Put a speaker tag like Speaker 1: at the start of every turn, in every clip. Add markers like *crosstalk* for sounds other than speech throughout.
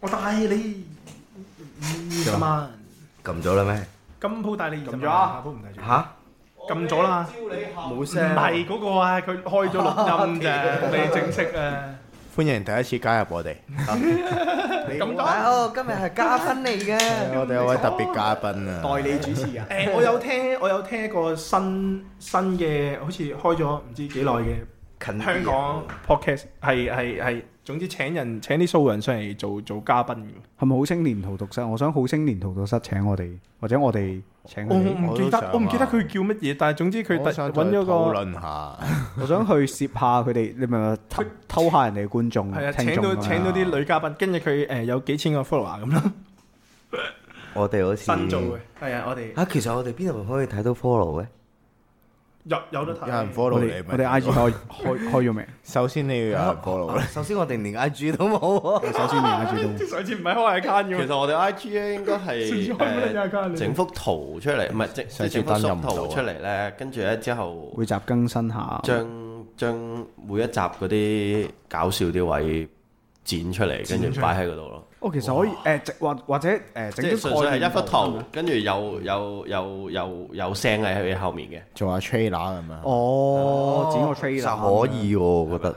Speaker 1: 我帶你二十萬，
Speaker 2: 撳咗啦咩？
Speaker 1: 今鋪帶你二十
Speaker 3: 撳
Speaker 1: 萬，
Speaker 3: 咗啊
Speaker 1: 下鋪唔帶住。
Speaker 2: 吓？
Speaker 1: 撳咗啦
Speaker 2: 冇
Speaker 1: 唔係嗰個啊，佢開咗錄音啫，未正式啊。
Speaker 3: 歡迎第一次加入我哋，
Speaker 1: 咁多
Speaker 4: 哦，今日係嘉賓嚟嘅。
Speaker 3: 我哋有位特別嘉賓啊，
Speaker 4: 代理主持人，
Speaker 1: 誒，我有聽，我有聽一個新新嘅，好似開咗唔知幾耐嘅
Speaker 2: 近啲
Speaker 1: 香港 podcast，係係係，總之請人請啲素人上嚟做做嘉賓嘅。
Speaker 5: 係咪好青年荼毒室？我想好青年荼毒室請我哋，或者我哋請佢
Speaker 1: 我唔
Speaker 5: 哋。
Speaker 1: 記
Speaker 3: 我都想
Speaker 1: 得
Speaker 3: 啊，
Speaker 1: 我唔記得佢叫乜嘢，但係總之佢
Speaker 3: 我
Speaker 1: 特
Speaker 3: 想
Speaker 1: 揾咗個
Speaker 3: 討論下，
Speaker 5: 我想去攝下佢哋，你明唔明？偷偷下人哋嘅觀眾、
Speaker 1: 係啊，
Speaker 5: 聽
Speaker 1: 請
Speaker 5: 眾
Speaker 1: 到
Speaker 5: 咁樣
Speaker 1: 請到啲女嘉賓，跟住佢誒有幾千個 follower 咁咯，
Speaker 2: 我哋好似
Speaker 1: 新做嘅。係啊，我哋
Speaker 2: 啊，其實我哋邊度可以睇到 follow 嘅？
Speaker 1: 有有得
Speaker 3: 有
Speaker 1: 睇。
Speaker 3: 人
Speaker 5: 我
Speaker 3: follow 你
Speaker 5: 哋
Speaker 3: 咪
Speaker 5: 我哋 I G 開開開咗未？
Speaker 3: 首先你要有人 à, follow 啦。
Speaker 2: *laughs* 首先我哋連 IG 都冇啊！
Speaker 5: 首先連 I G 都
Speaker 1: 上次唔係開 account
Speaker 6: 其
Speaker 1: 嘅咩，
Speaker 6: 實我哋 I G 咧應
Speaker 1: *laughs*
Speaker 6: 該
Speaker 1: 上次開乜嘢
Speaker 6: 係
Speaker 1: account 嚟
Speaker 6: 誒整幅圖出嚟，唔係即即係整幅縮
Speaker 2: 啊
Speaker 6: 圖出嚟咧，跟住咧之後
Speaker 5: 會集更新下。
Speaker 6: 將將每一集嗰啲搞笑啲位剪出嚟，跟住擺喺嗰度咯。
Speaker 5: 哦，其實可以誒，直或或者誒
Speaker 6: 即
Speaker 5: 整
Speaker 6: 係純
Speaker 5: 啲
Speaker 6: 粹
Speaker 5: 概
Speaker 6: 係
Speaker 5: 念
Speaker 6: 一幅圖，跟住有有有有有聲喺佢後面嘅。
Speaker 3: 做下 trailer 咁啊，
Speaker 5: 哦，剪個
Speaker 2: 其
Speaker 5: trailer
Speaker 2: 實可以喎，我覺得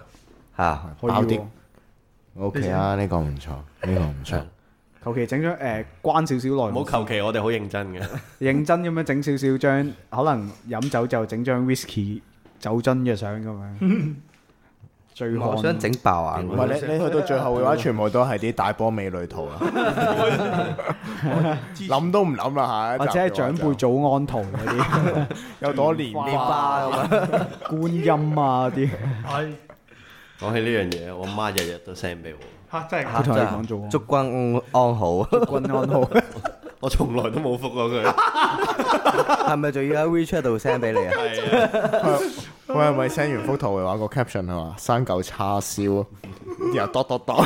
Speaker 2: 嚇。
Speaker 5: 可以
Speaker 3: 爆
Speaker 5: 喎
Speaker 3: 啲 OK 啊，呢個唔錯，呢個唔錯，
Speaker 5: 求其整張誒關少少
Speaker 6: 唔
Speaker 5: 內
Speaker 6: 好
Speaker 5: 容，
Speaker 6: 求其，我哋好認真
Speaker 2: *laughs*
Speaker 6: 嘅。
Speaker 5: 認真咁樣整少少張，可能飲酒就整張 whisky 酒樽嘅相咁樣。醉
Speaker 2: 我想
Speaker 5: 漢
Speaker 2: 整爆眼
Speaker 3: 唔係你你去到最後嘅話，全部都係啲大波美女圖啊，諗都唔諗啦嚇，
Speaker 5: 或者
Speaker 2: 啊
Speaker 5: 係長輩早安圖嗰啲
Speaker 2: *laughs*
Speaker 3: 有朵蓮花。
Speaker 2: 巴咁啊！
Speaker 5: 觀音啊啲，
Speaker 1: 係
Speaker 6: 講起呢樣嘢，我媽日日都 send 俾我，
Speaker 1: 嚇真係
Speaker 5: 佢同你講做
Speaker 2: 祝君安好，
Speaker 5: 君安好。
Speaker 6: 我從來都冇覆過佢。
Speaker 2: *laughs* *laughs* 係咪仲要喺 WeChat 度 send 俾 *laughs* 你啊？
Speaker 6: 係啊，
Speaker 3: 喂，係咪 send 完幅圖嘅話，個 caption 係嘛？生嚿叉燒，然後 dot dot *laughs* dot，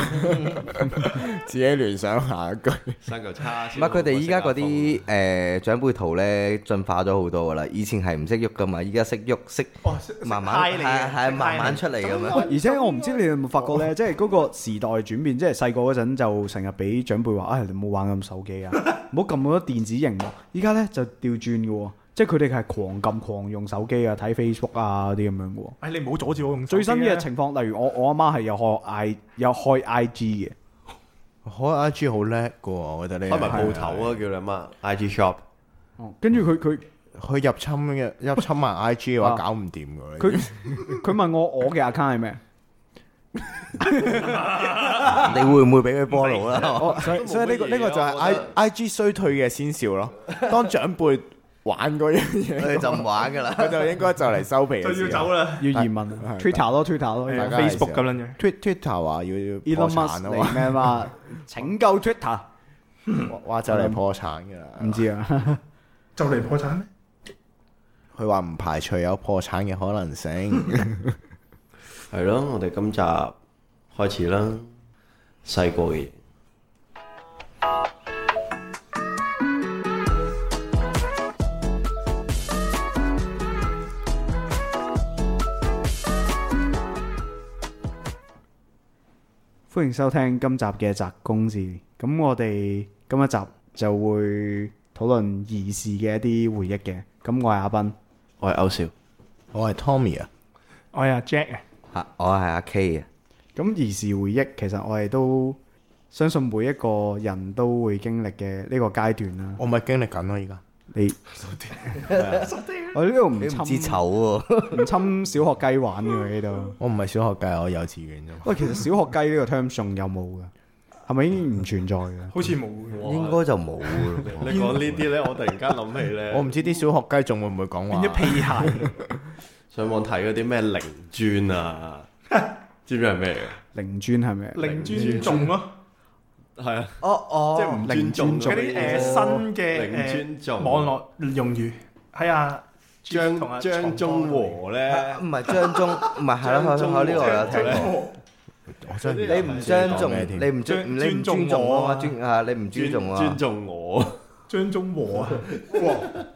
Speaker 3: 自己聯想下一句。
Speaker 6: 生嚿叉燒。
Speaker 2: 唔係佢哋依家嗰啲誒長輩圖咧進化咗好多噶啦，以前係唔識喐噶嘛，依家識喐識啊
Speaker 1: 哦識識
Speaker 2: 慢慢
Speaker 1: high 你啊嘅
Speaker 2: 係係
Speaker 1: 識
Speaker 2: 慢
Speaker 1: high
Speaker 2: 慢
Speaker 1: 你
Speaker 2: 出嚟咁樣。
Speaker 5: 而且我唔知你有冇發覺咧，即係嗰個時代轉變，即係細個嗰陣就成日俾長輩話：，唉、你唔好玩咁手機啊，唔好撳咁多電子屏幕。依家咧就調轉嘅喎，即係佢哋係狂撳狂用手機啊，睇 Facebook 啊啲咁樣嘅喎。
Speaker 1: 哎，你唔好阻止我用手
Speaker 5: 最
Speaker 1: 機
Speaker 5: 新
Speaker 1: 啊
Speaker 5: 嘅情況，例如我我阿媽係有開 I 有開 IG 嘅，
Speaker 3: 開 I G 好叻噶，我覺得你
Speaker 6: 開埋鋪頭啊，叫你媽 IG shop。
Speaker 1: 哦
Speaker 5: 跟住佢佢
Speaker 3: 佢入侵嘅入侵埋 I G 嘅話，
Speaker 5: 啊
Speaker 3: 搞唔掂噶。
Speaker 5: 佢佢問我我嘅 account 係咩？
Speaker 2: 你會唔會俾佢 follow 啊 *laughs* 啦？
Speaker 3: 哦，所以所以呢個呢個就係 I I G 衰退嘅先兆咯。當長輩玩嗰樣嘢，
Speaker 1: *laughs*
Speaker 2: 佢哋就唔玩噶啦。
Speaker 3: 佢就應該就嚟收皮嘅時候。
Speaker 1: 就要走啦
Speaker 5: 要移民
Speaker 3: 係
Speaker 5: Twitter 咯 Twitter 咯啊
Speaker 3: 大家係
Speaker 1: ，Facebook 咁樣樣。
Speaker 3: Twi- Twitter 話要要破
Speaker 5: ，Elon
Speaker 3: 產
Speaker 5: Musk
Speaker 3: 啊嘛
Speaker 5: 嚟咩
Speaker 3: *laughs*
Speaker 5: 嘛？拯救 Twitter
Speaker 3: 話，話就嚟破產噶啦。
Speaker 5: 唔知啊。 *laughs*
Speaker 1: 就嚟破產咩？
Speaker 3: 佢話唔排除有破產嘅可能性。 *laughs*
Speaker 6: 係咯，我哋今集開始啦，細個嘅嘢。
Speaker 5: 歡迎收聽今集嘅宅公事。咁我哋今一集就會討論兒時嘅一啲回憶嘅。咁我係阿斌，
Speaker 6: 我係歐少，
Speaker 3: 我係 Tommy 啊，
Speaker 1: 我係阿 Jack 啊，
Speaker 2: 嚇我係阿 K 啊，
Speaker 5: 咁兒時回憶其實我哋都相信每一個人都會經歷嘅呢個階段啦。
Speaker 3: 我咪經歷緊咯，依家
Speaker 5: 你我呢度唔
Speaker 2: 你唔知
Speaker 5: 侵
Speaker 2: 醜喎。
Speaker 5: 唔侵小學雞玩嘅呢度。
Speaker 3: 我唔係小學雞，我幼稚園啫嘛。
Speaker 5: 喂，其實小學雞呢個 term 仲有冇噶？係咪已經唔存在嘅？
Speaker 1: *laughs* 好似冇嘅。
Speaker 2: 應該就冇咯。
Speaker 6: 你講呢啲咧，我突然間諗起
Speaker 3: 我
Speaker 6: 咧，
Speaker 3: 唔知啲小學雞仲會唔會講
Speaker 1: 變咗
Speaker 3: 話。
Speaker 1: 屁孩，
Speaker 6: *laughs* 上網睇嗰啲咩靈磚 *laughs* 啊，知唔知係咩嚟
Speaker 5: 零專係咪？
Speaker 1: 零尊重咯，
Speaker 6: 嘅？係啊，
Speaker 2: 哦
Speaker 6: 即
Speaker 2: 哦，
Speaker 6: 係唔尊重
Speaker 1: 嗰啲哦誒新
Speaker 6: 零
Speaker 1: 嘅
Speaker 6: 尊
Speaker 1: 誒
Speaker 6: 重
Speaker 1: 網絡用語，啊喺阿同阿
Speaker 6: 張張中和啊咧，
Speaker 2: 唔係張忠，唔係係咯，
Speaker 6: 張
Speaker 2: 係
Speaker 6: 忠
Speaker 2: 咯呢個我有
Speaker 1: 張
Speaker 2: 聽過。
Speaker 1: 中
Speaker 3: 我真
Speaker 2: 你唔
Speaker 3: 唔
Speaker 2: 尊
Speaker 3: 想
Speaker 2: 重，你唔尊，你唔尊重我啊嘛，尊啊，你唔尊重
Speaker 6: 尊
Speaker 2: 我
Speaker 6: 重我，
Speaker 1: 張中和啊，哇！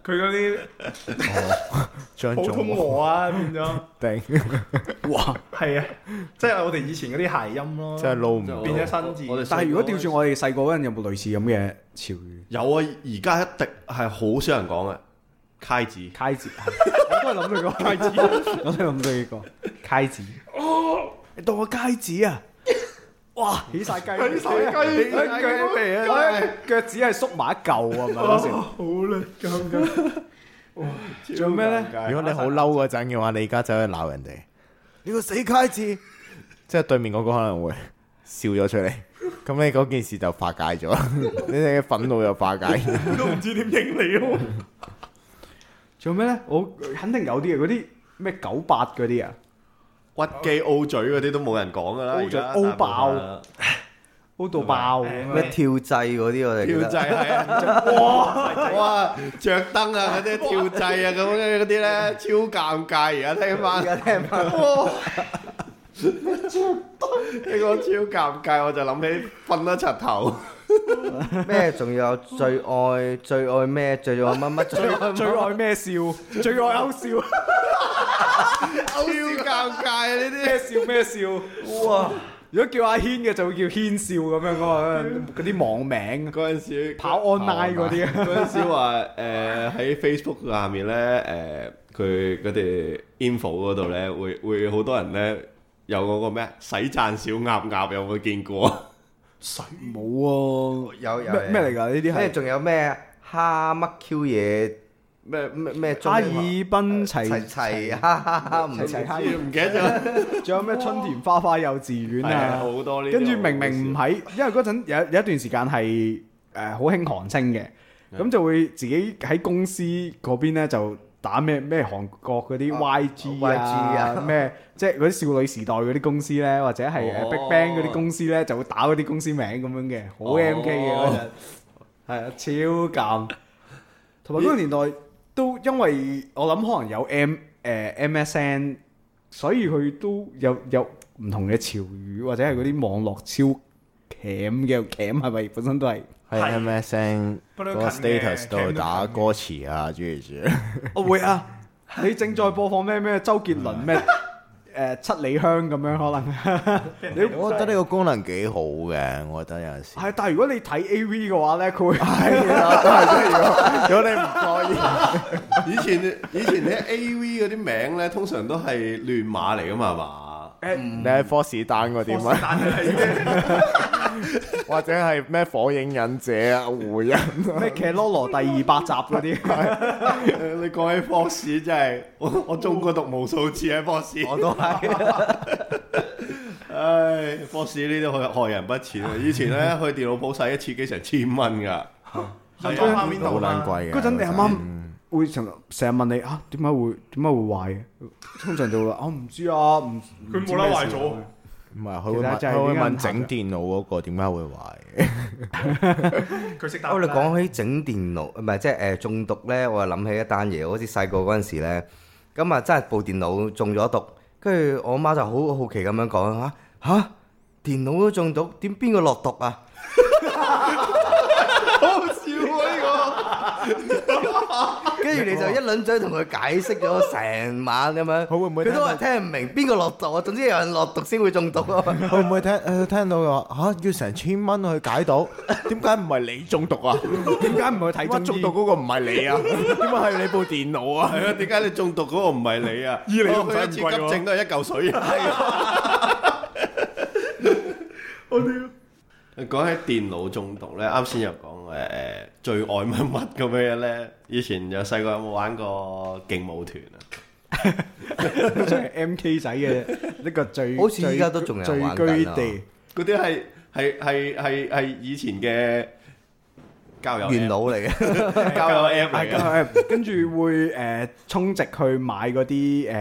Speaker 1: 佢嗰啲
Speaker 3: 張
Speaker 1: 普通
Speaker 3: 總
Speaker 1: 和啊，
Speaker 3: *laughs*
Speaker 1: 變咗
Speaker 3: 定
Speaker 1: 係啊，即係我哋以前嗰啲諧音咯，
Speaker 3: 真係撈唔到
Speaker 1: 變咗新字。
Speaker 6: 我哋
Speaker 5: 但係如果調轉我哋細個嗰陣，有冇類似咁嘅潮語？
Speaker 6: 有啊，而家一定係好少人講嘅，揩子。
Speaker 5: 啓字， *laughs* 我都係諗到個啓字，我都係諗到呢個啓字。你當我啓字啊！哇，起晒雞，起晒雞，起晒雞皮啊！腳趾係縮埋一嚿啊嘛嗰時。
Speaker 1: 好啦，尷
Speaker 3: *laughs*
Speaker 1: 尬。
Speaker 5: 仲有咩咧？
Speaker 3: 如果你好嬲嗰陣嘅話，你而家走去鬧人哋，你個死閪字，即係對面嗰個可能會 *laughs* 笑咗出嚟，咁你嗰件事就化解咗，
Speaker 1: *laughs*
Speaker 3: 你哋嘅憤怒又化解。啊
Speaker 1: 都唔知點應你咯。
Speaker 5: 仲有咩咧？我肯定有啲啊嘅，嗰啲咩九八嗰啲啊，
Speaker 6: 屈機 O 嘴嗰啲都冇人講噶啦，
Speaker 5: O
Speaker 6: 而
Speaker 5: 嘴
Speaker 6: 家
Speaker 5: O 爆
Speaker 6: 大部分啊啦
Speaker 5: 高到爆咁樣
Speaker 2: 咩跳掣嗰啲我哋記
Speaker 6: 跳
Speaker 2: 得
Speaker 6: 掣係啊，哇哇着燈啊嗰啲跳掣啊咁樣嗰啲咧超尷尬，而家聽翻，而家聽翻，哇！呢個超尷尬，我就諗起瞓得柒頭，
Speaker 2: 咩？仲有最愛最愛咩？最愛乜乜最愛乜
Speaker 5: 最愛咩笑？最愛歐笑，
Speaker 6: 超尷尬啊呢啲。
Speaker 5: 咩笑咩笑？哇！如果叫阿軒嘅就會叫軒笑咁樣嗰個嗰啲網名，
Speaker 6: 嗰陣時
Speaker 5: 跑 online 嗰啲
Speaker 6: 嗰啊陣時話誒喺 Facebook 下面咧誒，佢嗰啲 info 嗰度咧，會會好多人咧有嗰個咩啊洗贊小鴨鴨有冇見過？
Speaker 5: 冇啊！
Speaker 2: 有有
Speaker 5: 咩咩嚟？㗎？呢啲
Speaker 2: 咩？
Speaker 5: 係
Speaker 2: 仲有咩蝦乜 Q 嘢？咩咩咩中
Speaker 5: 哈
Speaker 2: 文？
Speaker 5: 爾濱
Speaker 2: 齊
Speaker 5: 齊
Speaker 2: 齊哈哈哈唔知
Speaker 5: 齊哈爾，
Speaker 6: 唔記得咗。
Speaker 5: 仲有咩春田花花幼稚園
Speaker 6: 係
Speaker 5: 啊？
Speaker 6: 好多呢啲
Speaker 5: 跟住明明唔喺，因為嗰陣有有一段時間係誒好興韓星嘅，咁就會自己喺公司嗰邊咧就打咩咩韓國嗰啲
Speaker 2: 啊
Speaker 5: YG
Speaker 2: YG
Speaker 5: 啊，咩即係嗰啲少女時代嗰啲公司咧，或者係
Speaker 6: 哦
Speaker 5: 誒 BigBang 嗰啲公司咧，就會打嗰啲公司名咁樣嘅，好 MK 嘅嗰
Speaker 6: 哦
Speaker 5: 陣，係啊，超尷。同埋嗰個年代都因為我諗可能有 M 誒 MSN，所以佢都有有唔同嘅潮語或者係嗰啲網絡超 cam 嘅 cam 係咪本身都係？
Speaker 3: 喺 MSN
Speaker 1: 不嬲
Speaker 3: 嗰個
Speaker 1: 近嘅
Speaker 3: status 度打歌詞啊，諸如此類。
Speaker 1: *laughs*
Speaker 5: 我會啊！ *laughs* 你正在播放咩咩周杰倫 *laughs* 咩誒七里香咁樣可能你
Speaker 3: 我覺得呢個功能幾好嘅，我覺得有陣時。
Speaker 5: 係，但係如果你睇 A V 嘅話咧，佢會
Speaker 3: 係啊，都係真係如果你唔介意。
Speaker 6: 以前以前啲 A.V. 嗰啲名咧，通常都係亂碼嚟噶嘛，係嘛？
Speaker 3: 你喺科士丹嗰啲啊， *laughs* 或者係咩火影忍者啊、湖人啊，
Speaker 5: *laughs* 咩騎羅羅第二百集嗰啲，
Speaker 6: 你講起博士真係，我我中過讀無數次啊喺博士。
Speaker 2: 我都係。
Speaker 6: *laughs* 唉，博士呢啲害害人不淺啊！以前咧去電腦鋪洗一次機成千蚊㗎，
Speaker 1: 係裝下面
Speaker 3: 好
Speaker 1: 度
Speaker 3: 撚
Speaker 1: 嘛，
Speaker 3: 貴嘅。
Speaker 5: *laughs* 嗰陣你阿媽會成日成日問你啊點解會點解會壞嘅？通常就會話我唔知啊，唔
Speaker 1: 佢冇啦壞咗。
Speaker 3: 唔係佢會
Speaker 5: 其
Speaker 3: 問，
Speaker 5: 實就係
Speaker 3: 佢會
Speaker 5: 呢間
Speaker 3: 問整電腦嗰個點解會
Speaker 5: *laughs*
Speaker 3: 壞
Speaker 1: 佢識打。
Speaker 2: 我哋講起整電腦，唔係即係誒中毒咧，我就諗起一單嘢。我好似細個嗰陣時咧，咁啊真係部電腦中咗毒，跟住我媽就好好奇咁樣講嚇嚇，電腦都中毒，點邊個落毒啊？
Speaker 6: 好笑啊！呢個。
Speaker 2: 跟住你就一輪嘴同佢解釋咗成晚咁樣，
Speaker 3: 佢會唔會
Speaker 2: 佢都
Speaker 3: 聽
Speaker 2: 話
Speaker 3: 到
Speaker 2: 聽唔明邊個落毒啊？總之有人落毒先會中毒啊！
Speaker 3: 嘅？佢唔會聽誒聽到佢話嚇要成千蚊去解到， *laughs* 點解唔係你中毒啊？
Speaker 5: 點解唔去睇
Speaker 3: 點解
Speaker 5: 中
Speaker 3: 中
Speaker 5: 醫
Speaker 3: 毒？嗰個唔係你
Speaker 5: *laughs*
Speaker 3: 啊？點解係你部電腦啊？
Speaker 6: 係啊，點解你中毒嗰個唔係你啊？
Speaker 1: 醫你都唔使
Speaker 6: 我去一
Speaker 1: 咁
Speaker 6: 次
Speaker 1: 貴喎
Speaker 6: 急症都係一嚿水啊！
Speaker 1: 我屌，
Speaker 6: 講起電腦中毒咧，啱先又講誒誒最愛 *laughs* 乜乜咁樣咧。以前有細個有冇玩過勁舞團啊？
Speaker 5: 即係 M K 仔嘅一個最
Speaker 2: 好似依家都仲有
Speaker 5: 最
Speaker 2: 人玩緊
Speaker 5: 居
Speaker 2: 啊
Speaker 5: 地。
Speaker 6: 嗰啲係係係係係以前嘅交友 app， *laughs*
Speaker 2: 元老嚟嘅，
Speaker 6: 交友 app 嚟
Speaker 5: 係
Speaker 6: 嘅
Speaker 5: 咁誒跟住會誒充值去買嗰啲誒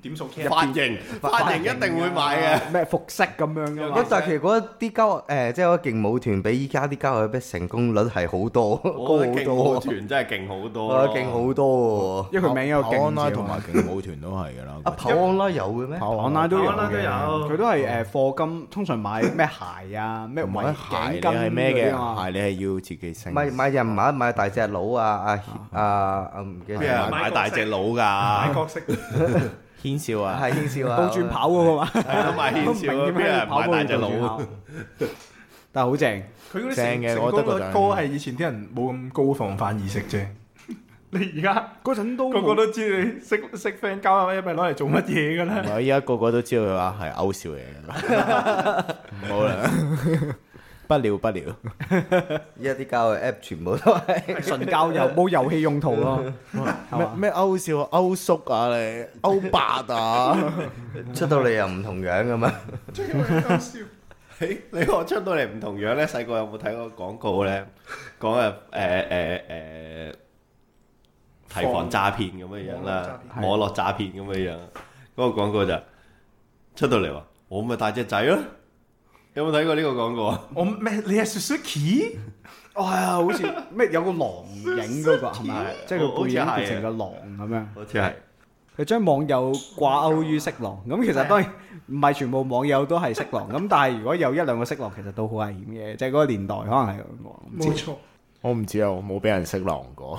Speaker 1: 點數 c
Speaker 6: 髮型，髮型一定會買嘅。
Speaker 5: 咩服飾咁樣噶
Speaker 2: *laughs* 咁
Speaker 5: 嘛。
Speaker 2: 但係其實嗰一啲交誒即係嗰個勁舞團比依家啲交友 app 成功率係好多高
Speaker 6: 我覺得
Speaker 2: *laughs*
Speaker 6: 勁舞
Speaker 2: 好多。
Speaker 6: 團真係勁好多
Speaker 2: 啊，
Speaker 6: 咯，
Speaker 2: 勁好多喎！
Speaker 5: 因為佢名有個勁
Speaker 3: online
Speaker 5: 字啊
Speaker 3: 同
Speaker 5: 嘛
Speaker 3: 埋勁舞團都係㗎啦。
Speaker 2: 啊，跑 online 有嘅咩？
Speaker 3: 跑
Speaker 5: online 都有
Speaker 1: 跑 online 都有
Speaker 5: 嘅，佢都係誒課金，通常買咩鞋啊、咩
Speaker 3: 唔
Speaker 5: 圍
Speaker 3: 係鞋，
Speaker 5: 頸
Speaker 3: 你
Speaker 5: 巾
Speaker 3: 係咩
Speaker 5: 嗰啲啊嘛
Speaker 3: 嘅？鞋你係要自己成
Speaker 2: 買買人物，買大隻佬啊啊啊啊！唔記得
Speaker 6: 邊有人買大隻佬㗎？
Speaker 1: 角色
Speaker 3: 軒少啊，
Speaker 2: 係軒少啊，
Speaker 5: 倒轉跑嗰個嘛，
Speaker 6: 係都買軒少啊，邊有人買大隻 *laughs* 佬？？
Speaker 5: 但係好正，
Speaker 1: 佢嗰啲
Speaker 3: 正
Speaker 1: 成
Speaker 3: 嘅
Speaker 1: 成
Speaker 3: 我
Speaker 1: 功
Speaker 3: 覺得
Speaker 1: 率
Speaker 3: 嗰陣
Speaker 1: 高係以前啲人冇咁高防範意識啫。 *laughs* 你而家
Speaker 5: 嗰陣都
Speaker 1: 個個都知你識識 friend 交友 app 係攞嚟做乜嘢
Speaker 3: *laughs*
Speaker 1: 㗎啦？
Speaker 3: 我依家個個都知道佢話係歐少嚟 *laughs* 嘅，唔好啦，不了不了，
Speaker 2: 一啲交友 app 全部
Speaker 5: *laughs*
Speaker 2: 都係
Speaker 5: 純交友，冇遊戲用途咯，係
Speaker 3: 咩
Speaker 5: 嘛？
Speaker 3: 咩歐少啊、歐叔啊、你歐伯啊，
Speaker 2: 出到嚟又唔同樣噶嘛。
Speaker 6: 你你我出到嚟唔同樣咧，細個有冇睇過廣告咧？講啊誒誒誒提防詐騙咁嘅樣啦，網
Speaker 5: 網
Speaker 6: 絡詐騙咁嘅樣。嗰個廣告就出到嚟話：我咪大隻仔咯。有冇睇過呢個廣告啊？
Speaker 1: 我咩？你係
Speaker 3: *laughs*
Speaker 1: Suzuki？
Speaker 5: 哦係啊，好似咩有個狼影嗰個係咪？即係個背影變成個狼咁樣。
Speaker 6: 好似係
Speaker 5: 佢將網友掛鈎於色狼，咁其實當然唔係全部網友都係色狼，咁但係如果有一兩個色狼，其實都好危險嘅，即係嗰個年代可能係我唔知
Speaker 1: 冇錯，
Speaker 3: 我唔知啊，我冇俾人識狼 *laughs* 過，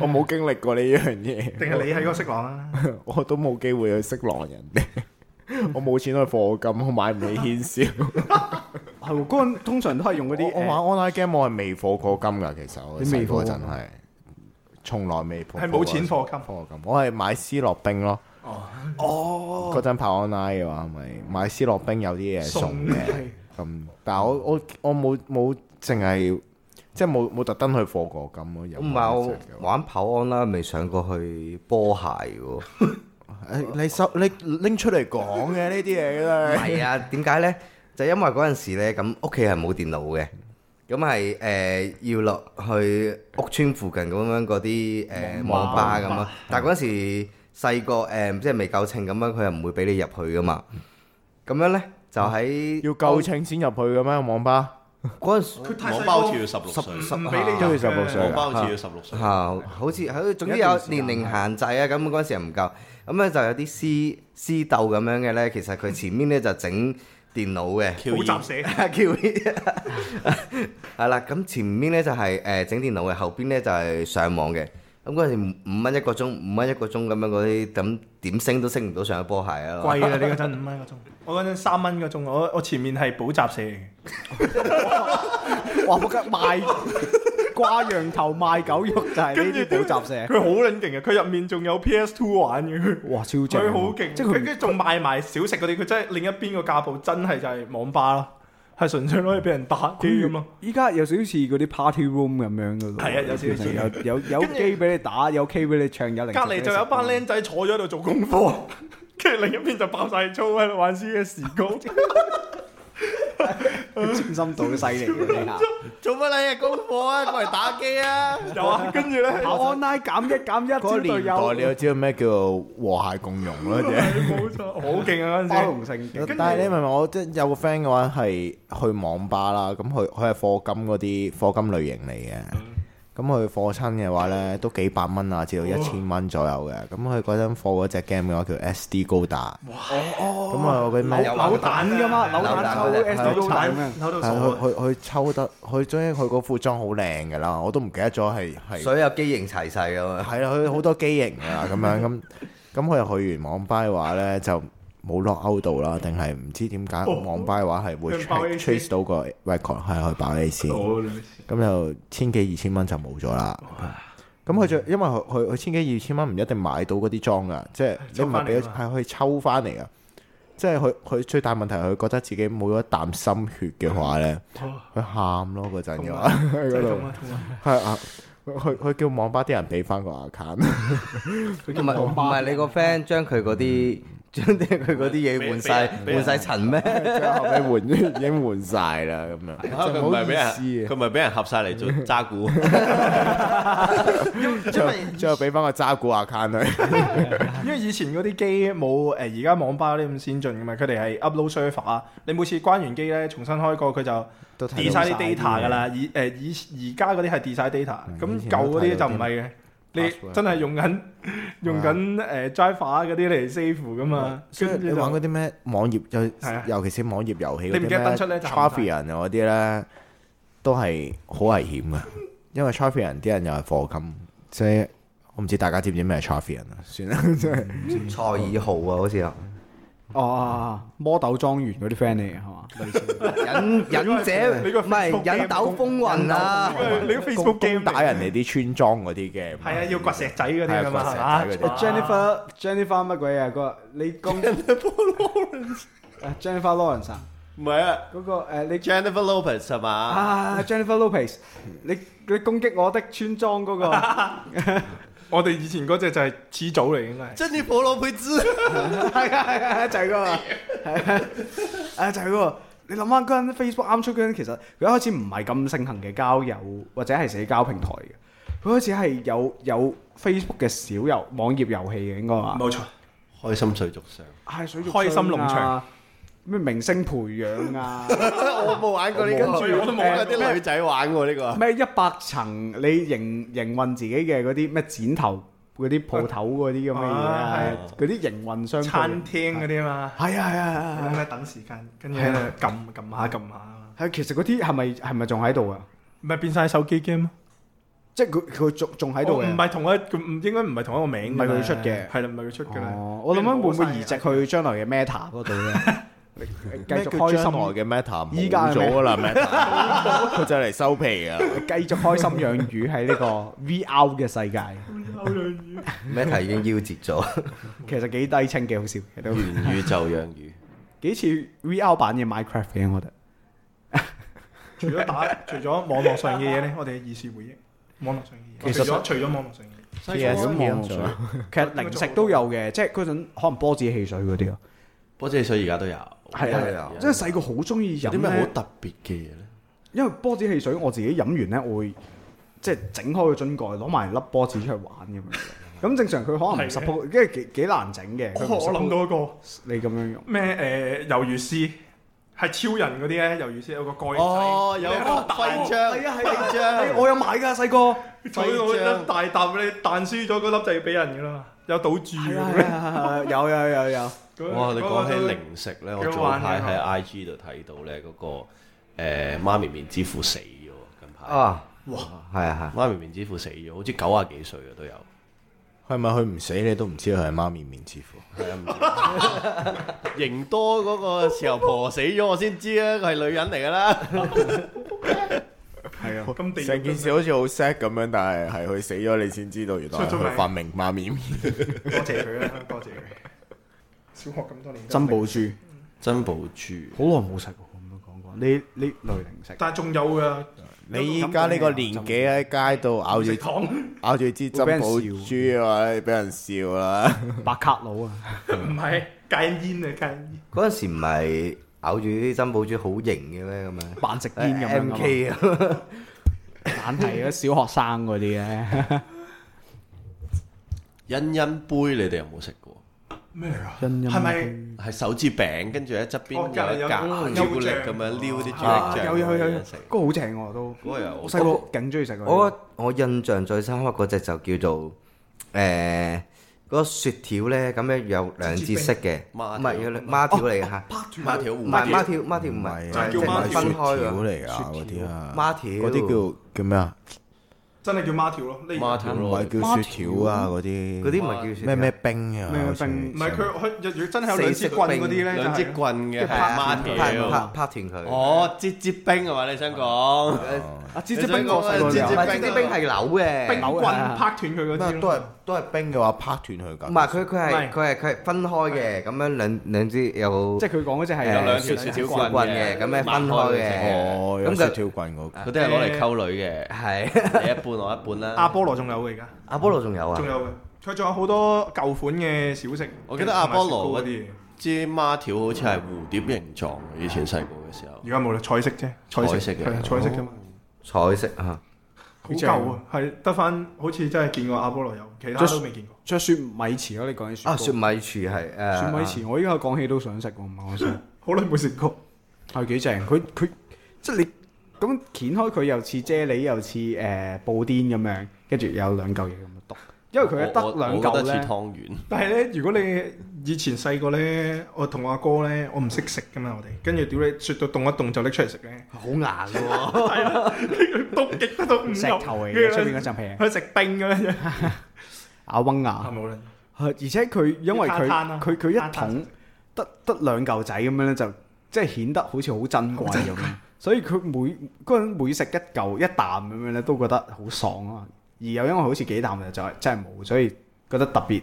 Speaker 3: 我冇經歷過呢樣嘢，
Speaker 1: 定係你係嗰個色狼啊？
Speaker 3: 我都冇機會去識狼人哋，我冇錢去課金，我買唔起軒少。
Speaker 5: 係喎，嗰陣通常都係用嗰啲
Speaker 3: 我我玩 online game 我係未課過金㗎，其實我
Speaker 5: 你未
Speaker 3: 細個
Speaker 5: 課
Speaker 3: 嗰陣係從來未課過。
Speaker 1: 係冇錢課金
Speaker 3: 課金我係買思樂冰咯。哦，嗰陣拍 online 嘅話，咪買思樂冰有啲嘢送嘅。咁，但係我我我冇冇淨係即係冇冇特登去課過金咯。有
Speaker 2: 唔係啊我
Speaker 3: 我
Speaker 2: 玩跑安啦，未上過去波鞋喎。
Speaker 3: 你收你拎出嚟講嘅呢啲嘢
Speaker 2: 唔
Speaker 3: 咧，
Speaker 2: 係啊， *laughs* 點解咧？就因為嗰陣時咧，咁屋企係冇電腦嘅，咁係誒要落去屋村附近咁樣嗰啲誒網吧咁啊。但係嗰陣時細個誒，即係未夠稱咁樣，佢係唔會俾你入去噶嘛。咁樣咧就喺
Speaker 3: 要夠秤先入去嘅咩？網吧
Speaker 2: 嗰陣時
Speaker 1: 佢太
Speaker 6: 網
Speaker 1: 細
Speaker 6: 包
Speaker 1: 個
Speaker 6: 好似要十六歲，
Speaker 2: 十
Speaker 1: 唔俾你入
Speaker 3: 都要
Speaker 1: 嘅
Speaker 3: 十六歲
Speaker 6: 網
Speaker 3: 㗎
Speaker 6: 包好似要十六歲。
Speaker 2: 啊，好似喺總之有年齡限制啊，咁嗰陣時又唔夠，咁咧就有啲私私鬥咁樣嘅咧，其實佢前面咧就整電腦嘅。
Speaker 1: 好雜
Speaker 2: *laughs*
Speaker 1: 寫。
Speaker 2: 叫係啦，咁前面咧就係誒整電腦嘅，後邊咧就係上網嘅。咁嗰陣時五蚊一個鐘，五蚊一個鐘咁樣嗰啲，咁點升都升唔到上一波鞋啊！
Speaker 1: 貴啦！你嗰陣五蚊一個鐘，我嗰陣三蚊一個鐘，我我前面係補習社嚟嘅。
Speaker 5: 哇，仆街賣掛羊頭賣狗肉就係呢啲補習社，
Speaker 1: 佢好撚勁嘅，啊佢入面仲有 PS Two 玩嘅，佢
Speaker 5: 哇超正，啊
Speaker 1: 佢好勁，即
Speaker 5: 即係
Speaker 1: 係佢
Speaker 5: 佢
Speaker 1: 跟住仲賣埋小食嗰啲，佢真係另一邊個架步真係就係網吧咯，係純粹攞嚟俾人打機咁
Speaker 5: *laughs*
Speaker 1: 咯。
Speaker 5: 依家有少少似嗰啲 party room 咁樣嘅咯，
Speaker 1: 係啊有少少似
Speaker 5: 有有有
Speaker 1: 跟住
Speaker 5: 機俾你打，有 K 俾你唱，有零
Speaker 1: 隔離就有一班僆仔坐咗喺度做功課，跟住另一邊就爆晒粗喺度玩 CS 高。 *laughs*
Speaker 5: 專嗯心到犀利嘅，你下。
Speaker 6: 做乜你啊？功課啊，過嚟打機啊！
Speaker 1: 有啊，跟住咧
Speaker 5: 跑 online 減一減一，
Speaker 3: 嗰個
Speaker 5: 招
Speaker 3: 年
Speaker 5: 隊
Speaker 3: 代
Speaker 5: 友
Speaker 3: 你都知道咩叫和諧共融 *laughs* 咯，啫。
Speaker 1: 冇錯，好勁啊嗰
Speaker 5: 包
Speaker 1: 陣時。
Speaker 5: 容性嘅。
Speaker 3: 但係你明唔明？我即係有個 friend 嘅話係去網吧啦，咁佢佢係課金嗰啲課金類型嚟嘅。咁佢課親嘅話咧，都幾百蚊啊，至到一千蚊左右嘅。咁佢嗰陣課嗰只 game 嘅話叫 SD 高達。
Speaker 1: 哦
Speaker 3: 咁啊，佢咩？
Speaker 2: 有
Speaker 5: 扭蛋噶嘛，扭蛋抽
Speaker 2: 扭蛋
Speaker 5: S D
Speaker 1: 扭
Speaker 5: 高蛋
Speaker 1: 蛋
Speaker 5: 咁樣，
Speaker 1: 扭到
Speaker 3: 係佢
Speaker 1: 傻，
Speaker 3: 佢佢抽得，佢終於佢嗰副裝好靚噶啦，我都唔記得咗係係。
Speaker 2: 所有機型齊晒咁啊！
Speaker 3: 係啦，佢好多機型啊，咁樣咁咁佢又去完網吧嘅話咧，就冇落勾到啦，定係唔知點解網吧嘅話係會
Speaker 1: 哦佢爆哦
Speaker 3: trace
Speaker 1: AC
Speaker 3: trace 到個 record 係去爆 A C，咁就千幾二千蚊就冇咗啦。咁佢就因為佢佢佢千幾二千蚊唔一定買到嗰啲裝噶，即係你唔係俾
Speaker 1: 抽返嚟㗎
Speaker 3: 係佢抽翻嚟噶。即係佢佢最大問題，佢覺得自己冇咗一啖心血嘅話咧，佢喊咯嗰陣嘅話喺嗰度
Speaker 1: 痛，啊痛啊！
Speaker 3: 係啊，佢佢叫網吧啲人俾翻個 account。
Speaker 2: 唔係唔係你個 friend 將佢嗰啲將啲佢嗰啲嘢換晒
Speaker 6: 俾
Speaker 2: 換
Speaker 6: 人
Speaker 2: 晒塵咩？
Speaker 3: 最後尾換 *laughs* 已經換晒啦，咁樣
Speaker 6: 啊
Speaker 3: *laughs*
Speaker 6: 佢
Speaker 3: 就
Speaker 6: 唔
Speaker 3: 冇
Speaker 6: 係俾
Speaker 1: *laughs*
Speaker 3: 意
Speaker 6: 人，
Speaker 3: 思
Speaker 6: 佢唔係俾人合晒嚟做揸股。
Speaker 3: 啊！最後俾翻個渣古 account
Speaker 1: *laughs*
Speaker 3: 佢，
Speaker 1: 因為以前嗰啲機冇誒而家網吧嗰啲咁先進嘅嘛，佢哋係 upload server 啊，你每次關完機咧重新開過佢就
Speaker 3: 都
Speaker 1: delete 晒啲 data 㗎啦。以誒以而家嗰啲係 delete 晒 data，
Speaker 3: 嗯以
Speaker 1: 咁
Speaker 3: 前
Speaker 1: 舊
Speaker 3: 都
Speaker 1: 嗰
Speaker 3: 睇
Speaker 1: 啲
Speaker 3: 到
Speaker 1: 就唔係嘅。你
Speaker 3: password
Speaker 1: 真係用緊
Speaker 3: *laughs*
Speaker 1: 用緊誒 driver 啊嗰啲嚟 save 噶嘛？
Speaker 3: 所以
Speaker 1: 跟
Speaker 3: 啊你
Speaker 1: 住
Speaker 3: 玩
Speaker 1: 就
Speaker 3: 嗰啲咩網頁，尤
Speaker 1: 係啊
Speaker 3: 尤其是網頁遊戲
Speaker 1: 你
Speaker 3: 嗰
Speaker 1: 唔
Speaker 3: 啲
Speaker 1: 記得
Speaker 3: 咩啊
Speaker 1: 登出呢就唔
Speaker 3: Travian 啊嗰啲咧，都係好危險嘅，因為 traffic 人啲人又係課金，即係我唔知大家知唔知咩 traffic
Speaker 1: *laughs*
Speaker 3: 人啊？算啦，即係
Speaker 2: 蔡爾豪啊，好似啊，
Speaker 5: 哦哦哦，魔豆莊園嗰啲 friend 嚟嘅係
Speaker 1: *laughs*
Speaker 5: 嘛？類似
Speaker 2: 忍忍者
Speaker 1: 你個
Speaker 2: 唔係
Speaker 1: Facebook
Speaker 2: 忍斗風雲啊，
Speaker 1: 你個
Speaker 3: 攻
Speaker 1: Facebook
Speaker 3: 攻
Speaker 1: game
Speaker 3: 打人哋啲村莊嗰啲 game，
Speaker 1: 係啊，要掘石仔嗰啲
Speaker 3: 係
Speaker 1: 㗎嘛，係
Speaker 3: 啊
Speaker 1: 嘛
Speaker 3: 掘石仔嗰啲
Speaker 5: 誒 Jennifer Jennifer 乜鬼啊？嗰個你講 Jennifer Lawrence Jennifer Lawrence 啊
Speaker 6: *laughs* 唔係啊
Speaker 5: 嗰個誒你
Speaker 6: ，Jennifer Lopez 係嘛？
Speaker 5: 啊 Jennifer Lopez 你你攻擊我的村莊嗰個。
Speaker 1: 我哋以前嗰只就係始祖嚟嘅，應該係。
Speaker 6: Jennifer Lopez
Speaker 5: 係啊係啊，就係
Speaker 1: *laughs*
Speaker 5: 嗰個，係啊啊就係嗰個。你諗翻嗰陣 Facebook 啱出嗰陣，其實佢一開始唔係咁盛行嘅交友或者係社交平台嘅，佢開始係有有 Facebook 嘅小遊網頁遊戲嘅應該話，
Speaker 1: 冇錯，
Speaker 6: 開心水族上，
Speaker 5: 係水族
Speaker 1: 開心農
Speaker 5: 箱
Speaker 1: 場
Speaker 5: 啊咩明星培養
Speaker 1: *laughs*
Speaker 5: 啊，
Speaker 6: 我冇玩過呢個，
Speaker 1: 所以我都冇
Speaker 6: 有啲女仔玩過呢個。
Speaker 5: 咩一百層你營營運自己嘅嗰啲咩剪頭嗰啲鋪頭嗰啲咁嘅嘢
Speaker 1: 啊
Speaker 5: 啊
Speaker 1: 係，
Speaker 5: 嗰啲營運商
Speaker 1: 餐
Speaker 5: 鋪
Speaker 1: 廳嗰啲嘛，
Speaker 5: 係啊係啊係啊
Speaker 1: 咁。咧等時間，跟住
Speaker 5: 係
Speaker 1: 咧
Speaker 5: 啊
Speaker 1: 撳撳下撳下啊嘛，
Speaker 5: 係，其實嗰啲係咪係咪仲喺度啊？
Speaker 1: 咪變晒手機 game 咯
Speaker 5: 即係佢佢仲仲喺度嘅，
Speaker 1: 唔係同一個，唔應該唔係同一個名㗎嘛，
Speaker 5: 唔係佢出嘅
Speaker 1: 係啦，唔係佢出嘅啦。
Speaker 5: 哦，我諗緊會唔會移植去將來嘅 Meta 嗰度咧？繼
Speaker 3: 咩
Speaker 5: 續
Speaker 3: 叫
Speaker 5: 開
Speaker 3: 將來
Speaker 5: 心，
Speaker 3: 嘅 Meta
Speaker 5: 依家
Speaker 3: 冇
Speaker 5: 係咩
Speaker 3: 咗啦，Meta *laughs* 佢就嚟收皮啊！
Speaker 5: 繼續開心養魚喺呢個 VR 嘅世界，
Speaker 2: 咩題已經夭折咗。
Speaker 5: 其實幾低清，幾好笑，都
Speaker 6: 元宇宙養魚，
Speaker 5: 幾似 VR 版嘅 Minecraft 嘅，我覺得。
Speaker 1: 除咗打， *laughs* 除咗網絡上嘅嘢咧，我哋兒時回憶，網絡上嘅嘢。
Speaker 5: 其實
Speaker 1: 除咗除咗網絡上嘅嘢。
Speaker 3: PS
Speaker 5: 如果望上其實零食都有嘅，即係嗰陣可能波子汽水嗰啲咯，
Speaker 6: 波姐水而家都有，
Speaker 5: 係
Speaker 2: 係
Speaker 5: 啊
Speaker 2: 啊，
Speaker 5: 即係細個好中意
Speaker 6: 有
Speaker 5: 飲
Speaker 6: 啲咩好
Speaker 5: 咧
Speaker 6: 特別嘅嘢咧？
Speaker 5: 因為波子汽水我自己飲完咧，我會即係整開個樽蓋，攞埋粒波子出去玩 *laughs* 咁樣。咁正常佢可能唔
Speaker 1: 係嘅
Speaker 5: s u 因為幾幾難整嘅。佢
Speaker 1: 哦
Speaker 5: 唔
Speaker 1: 我諗
Speaker 5: suppose
Speaker 1: 到一個
Speaker 5: 你咁樣用，
Speaker 1: 咩誒魷魚絲，係超人嗰啲咧，魷魚絲有個蓋仔，
Speaker 6: 哦，有個徽章，
Speaker 5: 係啊係啊
Speaker 6: 徽
Speaker 5: 哎
Speaker 6: 章，
Speaker 5: 我有買㗎細個。
Speaker 1: *laughs* 就一大啖你彈輸咗嗰粒就要俾人噶啦嘛，有賭注
Speaker 5: 係
Speaker 1: 咁
Speaker 5: 啊
Speaker 1: 樣
Speaker 5: 係啊係啊有有有有。
Speaker 1: 嗰個。
Speaker 6: 哇！你講起
Speaker 1: 嗰個
Speaker 6: 零食咧，我
Speaker 1: 幾好
Speaker 6: 早
Speaker 1: 玩
Speaker 6: 排
Speaker 1: 嘅
Speaker 6: 喺 IG 度睇到咧嗰個誒媽咪面之父死咗喎，近排
Speaker 2: 啊，哇，係啊
Speaker 6: 媽咪面之父死咗，好似九啊幾歲嘅都有，
Speaker 3: 係咪佢唔死你都唔知佢係媽咪面之父？
Speaker 6: 係啊唔知。型多嗰個時候婆死咗，我先知啊，佢係女人嚟㗎啦。
Speaker 1: 係啊，咁地獄
Speaker 3: 成件事好似好 sad 咁樣，但係係佢死咗，你先知道原來係佢發明媽咪面。
Speaker 1: 多謝佢啦，啊多謝佢。小學咁多年，
Speaker 5: 珍寶，珠
Speaker 6: 珍寶珠
Speaker 5: 好耐冇食喎，咁樣講過。呢呢類零 *laughs* 食
Speaker 1: 但係仲有㗎，
Speaker 3: 你依家呢個年紀喺街度咬住
Speaker 1: 食糖
Speaker 3: 咬住支珍寶珠啊，俾人笑啦。
Speaker 5: 白卡佬啊，
Speaker 6: 嗯
Speaker 1: 唔係戒煙啊，戒煙。
Speaker 2: 嗰陣時唔係咬住啲珍寶珠好型嘅咩咁樣
Speaker 5: 扮食煙咁樣
Speaker 2: ？M
Speaker 5: 㗎
Speaker 2: K
Speaker 5: *laughs*
Speaker 2: 啊，
Speaker 5: 嘛，但係嗰啲小學生嗰啲啊咧，
Speaker 6: 欣欣杯，你哋有冇食過？
Speaker 1: 咩嚟
Speaker 6: 啊
Speaker 1: 㗎？
Speaker 5: 欣欣
Speaker 1: 係咪
Speaker 6: 係手指餅，跟住喺側邊
Speaker 1: 哦隔
Speaker 6: 有
Speaker 1: 離
Speaker 6: 一
Speaker 1: 有
Speaker 6: 格
Speaker 1: 嗯
Speaker 6: 朱古力
Speaker 1: 有醬
Speaker 6: 咁樣撩啲朱古力
Speaker 5: 啊
Speaker 6: 醬，
Speaker 5: 有有 *laughs* 有有，
Speaker 6: 食。
Speaker 5: 嗰個好正喎都。
Speaker 6: 嗰個又
Speaker 5: 我細個勁中意食嗰個
Speaker 2: 我我印象最深刻嗰只就叫做誒嗰個雪條咧，咁樣有兩節色嘅，唔
Speaker 6: 孖條
Speaker 2: 係有兩孖條嚟嘅嚇，
Speaker 6: 孖條
Speaker 2: 唔
Speaker 6: 糊，
Speaker 2: 係孖條孖條唔係，
Speaker 1: 就係叫
Speaker 2: 即
Speaker 1: 孖條
Speaker 2: 分開
Speaker 3: 條
Speaker 2: 嘅
Speaker 3: 嚟噶嗰啲啊，
Speaker 2: 孖條
Speaker 3: 嗰啲叫叫咩啊？
Speaker 1: 真係叫孖條咯，呢
Speaker 6: 孖條
Speaker 3: 唔係叫雪條啊，嗰啲
Speaker 2: 嗰啲唔係叫雪
Speaker 3: 咩咩
Speaker 2: 條
Speaker 3: 冰啊？
Speaker 5: 咩
Speaker 3: 好似
Speaker 5: 冰
Speaker 1: 唔係佢佢若果真係有兩支棍嗰啲咧，就
Speaker 6: 兩支
Speaker 1: 係
Speaker 6: 棍嘅
Speaker 2: 係
Speaker 6: 係
Speaker 2: 啊拍
Speaker 6: 孖
Speaker 2: 拍
Speaker 6: 條。
Speaker 2: 拍斷佢。
Speaker 6: 哦，節節冰係嘛？你想講？
Speaker 5: 啊，芝芝冰我細
Speaker 6: 你
Speaker 5: 個
Speaker 2: 唔
Speaker 5: 都有
Speaker 6: 想講啊
Speaker 2: 係，啲冰係扭嘅，
Speaker 1: 冰棍拍斷佢嗰
Speaker 3: 咩
Speaker 1: 啲
Speaker 3: 都
Speaker 1: 咯。
Speaker 3: 係都係冰嘅話，拍斷佢㗎。
Speaker 2: 唔係佢佢
Speaker 1: 唔
Speaker 2: 係
Speaker 1: 係
Speaker 2: 佢係佢係分開嘅，咁樣兩兩支有
Speaker 5: 即係佢講嗰只係
Speaker 2: 誒
Speaker 6: 有兩條
Speaker 2: 雪
Speaker 6: 雪
Speaker 2: 條
Speaker 6: 條
Speaker 2: 棍
Speaker 6: 棍
Speaker 2: 嘅，
Speaker 6: 嘅
Speaker 2: 咁樣分開嘅。
Speaker 3: 哦，有
Speaker 2: 咁
Speaker 3: 雪
Speaker 2: 佢
Speaker 3: 條棍嗰個。
Speaker 6: 佢都係攞嚟溝女嘅，
Speaker 2: 係
Speaker 6: 你一半我一半
Speaker 1: 阿
Speaker 6: 啦。
Speaker 1: 波羅仲有嘅而家，
Speaker 2: 阿波羅仲有啊
Speaker 1: 仲，有嘅，佢仲有好多舊款嘅小食。
Speaker 6: 我記得阿波
Speaker 1: 同埋雪
Speaker 6: 羅
Speaker 1: 糕嗰啲嘢，
Speaker 6: 支孖條好似係蝴蝶形狀嘅，以前細個嘅時候
Speaker 1: 而。家冇啦，彩色啫，
Speaker 6: 彩
Speaker 1: 彩
Speaker 6: 色
Speaker 1: 色
Speaker 6: 嘅
Speaker 1: 係啊彩色啫嘛，
Speaker 2: 彩色啊，
Speaker 5: 哦
Speaker 1: 好舊啊，係得翻好似真係見過阿波羅有，其他都未見過。
Speaker 5: 着雪米糍咯，你講起雪糕
Speaker 2: 啊雪米糍係誒啊
Speaker 5: 雪米糍，我依家講起都想食喎，唔係我想。
Speaker 1: 好耐冇食過，
Speaker 5: 係幾正，佢佢即係你咁掀開佢又似啫喱又似誒布甸咁樣，跟住有兩嚿嘢咁樣篤，因為佢係
Speaker 6: 我
Speaker 5: 得兩
Speaker 6: 我
Speaker 5: 嚿
Speaker 6: 覺得似
Speaker 5: 咧，
Speaker 6: 湯圓，
Speaker 1: 但係咧，如果你以前細個咧，我同阿哥咧，我唔識食噶嘛，我哋跟住屌你，雪到凍一凍就拎出嚟食啊
Speaker 5: *laughs*
Speaker 1: 咧，
Speaker 2: 好硬 *laughs* 喎。
Speaker 1: 凍極都凍唔
Speaker 5: 石頭嚟
Speaker 1: 跟
Speaker 5: 嘅，
Speaker 1: 住
Speaker 5: 出邊嗰層皮啊
Speaker 1: 佢食冰嘅咧，
Speaker 5: 阿翁
Speaker 1: 係
Speaker 5: 牙，
Speaker 1: 冇啦。
Speaker 5: 係而且佢因為佢
Speaker 1: 攤攤啊
Speaker 5: 佢佢
Speaker 1: 攤攤
Speaker 5: 一桶得得兩嚿仔咁樣咧，就即係顯得好似好珍貴咁樣。 *laughs* 所以佢每嗰陣每食一嚿一啖咁樣咧，都覺得好爽啊！而又因為好似幾啖就就係真係冇，所以覺得特別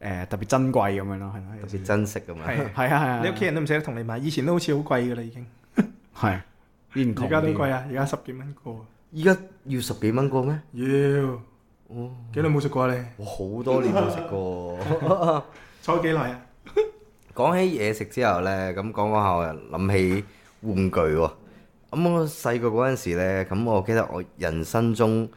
Speaker 5: 誒特別珍貴咁樣咯，係咪？
Speaker 2: 特別珍惜咁樣。
Speaker 1: 係，
Speaker 5: 係啊係啊，
Speaker 1: 你屋企人都唔捨得同你買，以前都好似好貴噶啦已經，
Speaker 5: 係啊煙
Speaker 1: 而家都貴啊，而家十幾蚊個。
Speaker 2: 依家要十幾蚊個咩？
Speaker 1: 妖，幾耐冇食過啊你？
Speaker 2: 我好多年冇食過。
Speaker 1: 坐咗幾耐啊？
Speaker 2: *laughs* 講起嘢食之後呢，咁講講下我又諗起玩具喎。咁我細個嗰陣時咧，咁我記得我人生中誒、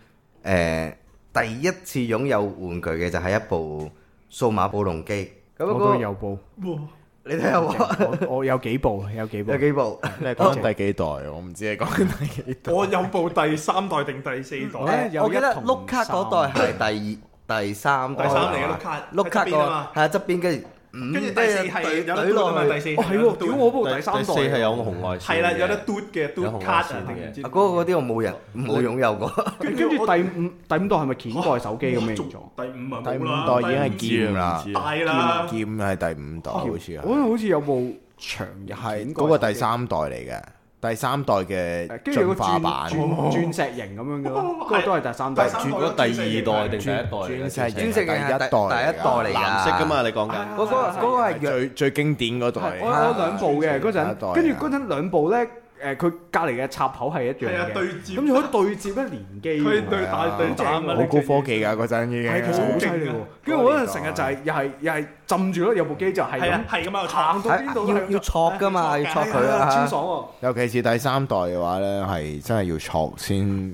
Speaker 2: 呃第一次擁有玩具嘅就係一部數碼暴龍機。咁嗰
Speaker 5: 我
Speaker 2: 個
Speaker 5: 都有部，
Speaker 1: 哇！
Speaker 2: 你睇下我
Speaker 5: 我我有幾部，有幾部
Speaker 2: 有。幾部？
Speaker 3: 你係講緊第幾代？我唔知你講緊第幾代。
Speaker 1: 我有部第三代定第四代？
Speaker 5: 我咧有
Speaker 2: 我記得
Speaker 5: 一同
Speaker 2: 碌卡嗰代係第二、第三代
Speaker 1: 第
Speaker 2: 啊
Speaker 1: 三
Speaker 2: 嘛，
Speaker 1: 嚟嘅碌卡，
Speaker 2: 碌卡
Speaker 1: 喺側
Speaker 2: 嗰
Speaker 1: 邊啊嘛
Speaker 2: 個係啊側邊，跟住五
Speaker 1: 跟住第四係有得
Speaker 2: 嗯懟
Speaker 1: do 啊嘛，
Speaker 2: 落去
Speaker 1: 第。四
Speaker 5: 哦係喎，屌我部第三代啊
Speaker 6: 第四係有紅外線嘅，
Speaker 1: 係啦，有得 do 嘅 do
Speaker 6: 有紅外
Speaker 1: card 啊
Speaker 6: 線
Speaker 1: 定唔知
Speaker 2: 啊嗰個嗰啲我冇人冇擁
Speaker 1: *laughs*
Speaker 2: 有過。
Speaker 5: 跟住第五第五代係咪掀蓋手機咁樣形狀？
Speaker 1: 第五啊
Speaker 3: 第
Speaker 1: 冇
Speaker 3: 五
Speaker 1: 啦，
Speaker 3: 代已經係
Speaker 6: 唔知
Speaker 3: 劍啦
Speaker 6: 啊，唔知啊
Speaker 1: 大啦，
Speaker 3: 劍係第五代好似係
Speaker 5: 我好似有部長嘅
Speaker 3: 係嗰個第，三代嚟嘅，第三代嘅
Speaker 5: 跟住有
Speaker 3: 進
Speaker 5: 個
Speaker 3: 化
Speaker 5: 轉
Speaker 3: 版。
Speaker 5: 轉鑽石型咁樣
Speaker 1: *laughs*
Speaker 5: 嘅咯，嗰個都係第三代。
Speaker 1: 哦第三
Speaker 6: 轉咗第二代定第一代嚟
Speaker 3: 鑽
Speaker 6: 嘅？
Speaker 3: 石型係
Speaker 2: 鑽
Speaker 3: 第
Speaker 2: 石
Speaker 3: 一
Speaker 2: 型係
Speaker 3: 代
Speaker 2: 第
Speaker 3: 嚟
Speaker 2: 第一代嚟
Speaker 3: 㗎
Speaker 2: 㗎
Speaker 6: 藍色噶嘛？你講緊
Speaker 5: 啊
Speaker 2: 嗰個
Speaker 1: 啊
Speaker 2: 嗰個係藥
Speaker 3: 最最經典嗰代
Speaker 5: 我有兩部嘅嗰
Speaker 3: 啊
Speaker 5: 陣，跟住嗰陣兩部咧，誒佢隔離嘅插口係一樣
Speaker 1: 係啊
Speaker 5: 嘅，
Speaker 1: 對接，
Speaker 5: 咁就可以對接一連機。
Speaker 1: 佢對打對打啊嘛，
Speaker 3: 好高科技㗎嗰陣已經
Speaker 5: 係其實好犀利
Speaker 1: 啊
Speaker 5: 喎，跟住我嗰陣成日就係又係又係浸住咯，有部機就係
Speaker 1: 係啊
Speaker 5: 咁
Speaker 1: 係咁啊，
Speaker 5: 行到邊度都
Speaker 2: 要要戳噶嘛，要戳佢
Speaker 5: 啊，超
Speaker 2: 啊！
Speaker 5: 爽喎！
Speaker 3: 尤其是第三代嘅話咧，係真係要錯先誒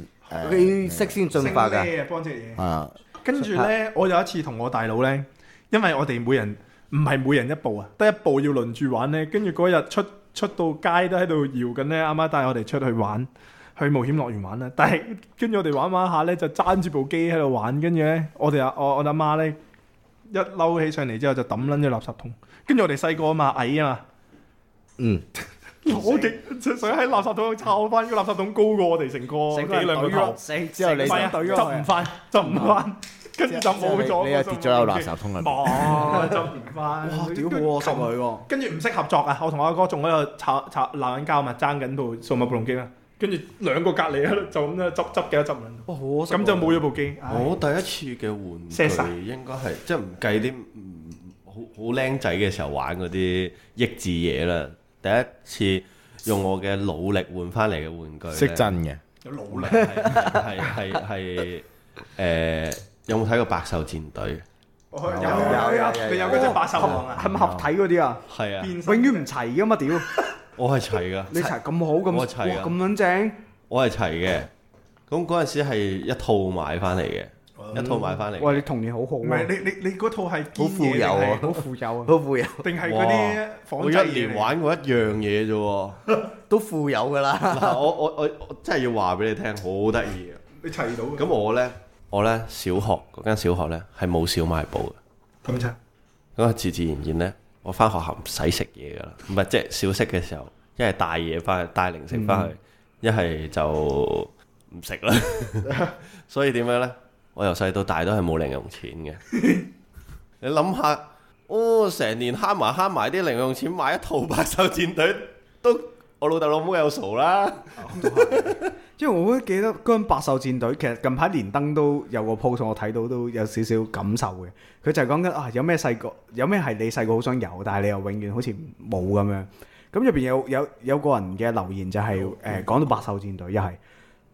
Speaker 2: 佢要識先進化㗎，
Speaker 1: 幫只嘢。
Speaker 3: 啊！
Speaker 1: 跟住咧，我有一次同我大佬咧，因為我哋每人唔係每人一部啊，得一部要輪住玩咧。跟住嗰日出出到街都喺度搖緊咧，啱啱帶我哋出去玩，去冒險樂園玩啦。但係跟住我哋玩玩下咧，就爭住部機喺度玩，跟住咧我哋阿我我阿媽咧一嬲起上嚟之後就抌撚咗垃圾桶。跟住我哋細個啊嘛，矮啊嘛。 *laughs*
Speaker 2: 嗯，
Speaker 1: 攞極就想喺垃圾桶度抄翻個垃圾桶高過我哋成個
Speaker 5: 成
Speaker 1: 哦幾
Speaker 5: 個人
Speaker 1: 兩個
Speaker 5: 懟
Speaker 1: 鐘
Speaker 5: 落，
Speaker 3: 之後你
Speaker 1: 唔係啊，
Speaker 5: 懟咗
Speaker 1: 執唔
Speaker 5: 佢。
Speaker 1: 翻，執唔翻，跟住就冇咗。
Speaker 3: 你又跌咗有垃圾桶啊入
Speaker 1: 冇
Speaker 3: 邊，
Speaker 1: 執唔翻。
Speaker 5: 哇！屌好我心佢喎，
Speaker 1: 跟住唔識合作啊！我同我阿哥仲喺度炒炒鬧緊交嘛，爭緊部數碼暴龍機啦。跟住兩個隔離喺度就咁樣執執幾多執唔撚到
Speaker 5: 哇！好我心
Speaker 1: 咁就冇咗部機。唉
Speaker 6: 我第一次嘅
Speaker 1: 錫晒
Speaker 6: 玩具應該係即係唔計啲嗯好好僆仔嘅時候玩嗰啲益智嘢啦。第一次用我嘅努力換翻嚟嘅玩具呢，
Speaker 3: 識真嘅。
Speaker 1: 有努力。
Speaker 6: 係係係係誒，有冇睇過《百獸戰隊
Speaker 1: 有有
Speaker 2: 有
Speaker 1: 有，你有嗰隻八十王啊？
Speaker 5: 係咪合體嗰啲啊？》？
Speaker 6: 係啊，
Speaker 1: 變
Speaker 5: 永
Speaker 1: 身
Speaker 5: 遠唔齊噶嘛，屌！
Speaker 6: 我係齊噶，
Speaker 5: 你齊咁好咁，哇
Speaker 6: 我齊啊
Speaker 5: 咁撚正，
Speaker 6: 我係齊嘅。咁嗰陣時係一套買翻嚟嘅，一套買翻嚟嘅。
Speaker 5: 哦哇！你童年好好
Speaker 1: 唔
Speaker 5: 啊
Speaker 1: 係，你你你嗰套係
Speaker 2: 好富有啊
Speaker 5: 好富有 *laughs* 啊！
Speaker 2: 都富有，
Speaker 1: 定係嗰啲仿
Speaker 6: 我一
Speaker 1: 製嘢
Speaker 6: 年
Speaker 1: 嚟
Speaker 6: 玩過一樣嘢啫喎。
Speaker 2: 都富有㗎啦。 *laughs*
Speaker 6: 嗱，我我我我真係要話俾你聽，好得意啊！
Speaker 1: 你齊到嘅
Speaker 6: 咁我咧，我咧小學嗰間小學咧係冇小賣部
Speaker 1: 咁就
Speaker 6: 嘅，咁啊自自然然咧，我翻學校唔使食嘢噶啦，唔係即係小息嘅時候，一係帶嘢翻去，帶零食翻去，一係、就唔食啦。 *laughs* 所以點樣咧？我由細到大都係冇零用錢嘅。 *laughs* 你諗下，哦，成年慳埋慳埋啲零用錢買一套百獸戰隊，都我老豆老母又傻啦。
Speaker 5: 因為我記得嗰陣百獸戰隊，其實近排連登都有個 post，我睇到都有少少感受嘅。佢就係講緊啊，有咩細個，有咩係你細個好想有，但係你又永遠好似冇咁樣。咁入邊有有有個人嘅留言就係、誒、講到百獸戰隊，又係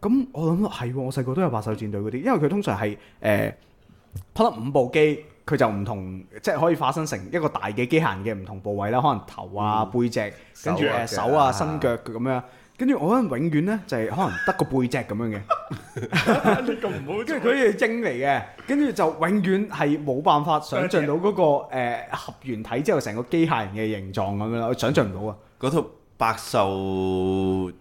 Speaker 5: 咁我諗係喎，我細個都有百獸戰隊嗰啲，因為佢通常係誒、可能五部機。佢就唔同，即係可以化身成一個大嘅機械人嘅唔同部位啦，可能頭啊、背脊，跟住
Speaker 2: 手啊
Speaker 5: 誒手啊、
Speaker 2: 腳啊
Speaker 5: 身腳咁樣，跟住我嗰陣永遠咧就係可能得個背脊咁
Speaker 2: *laughs*
Speaker 5: 樣
Speaker 1: *laughs*
Speaker 5: 嘅，
Speaker 1: 你咁唔好，
Speaker 5: 跟住佢哋精嚟嘅，跟住就永遠係冇辦法想像到嗰、個、呃、合完體之後成個機械人嘅形狀咁樣啦，我想像唔到啊！
Speaker 6: 嗰套百獸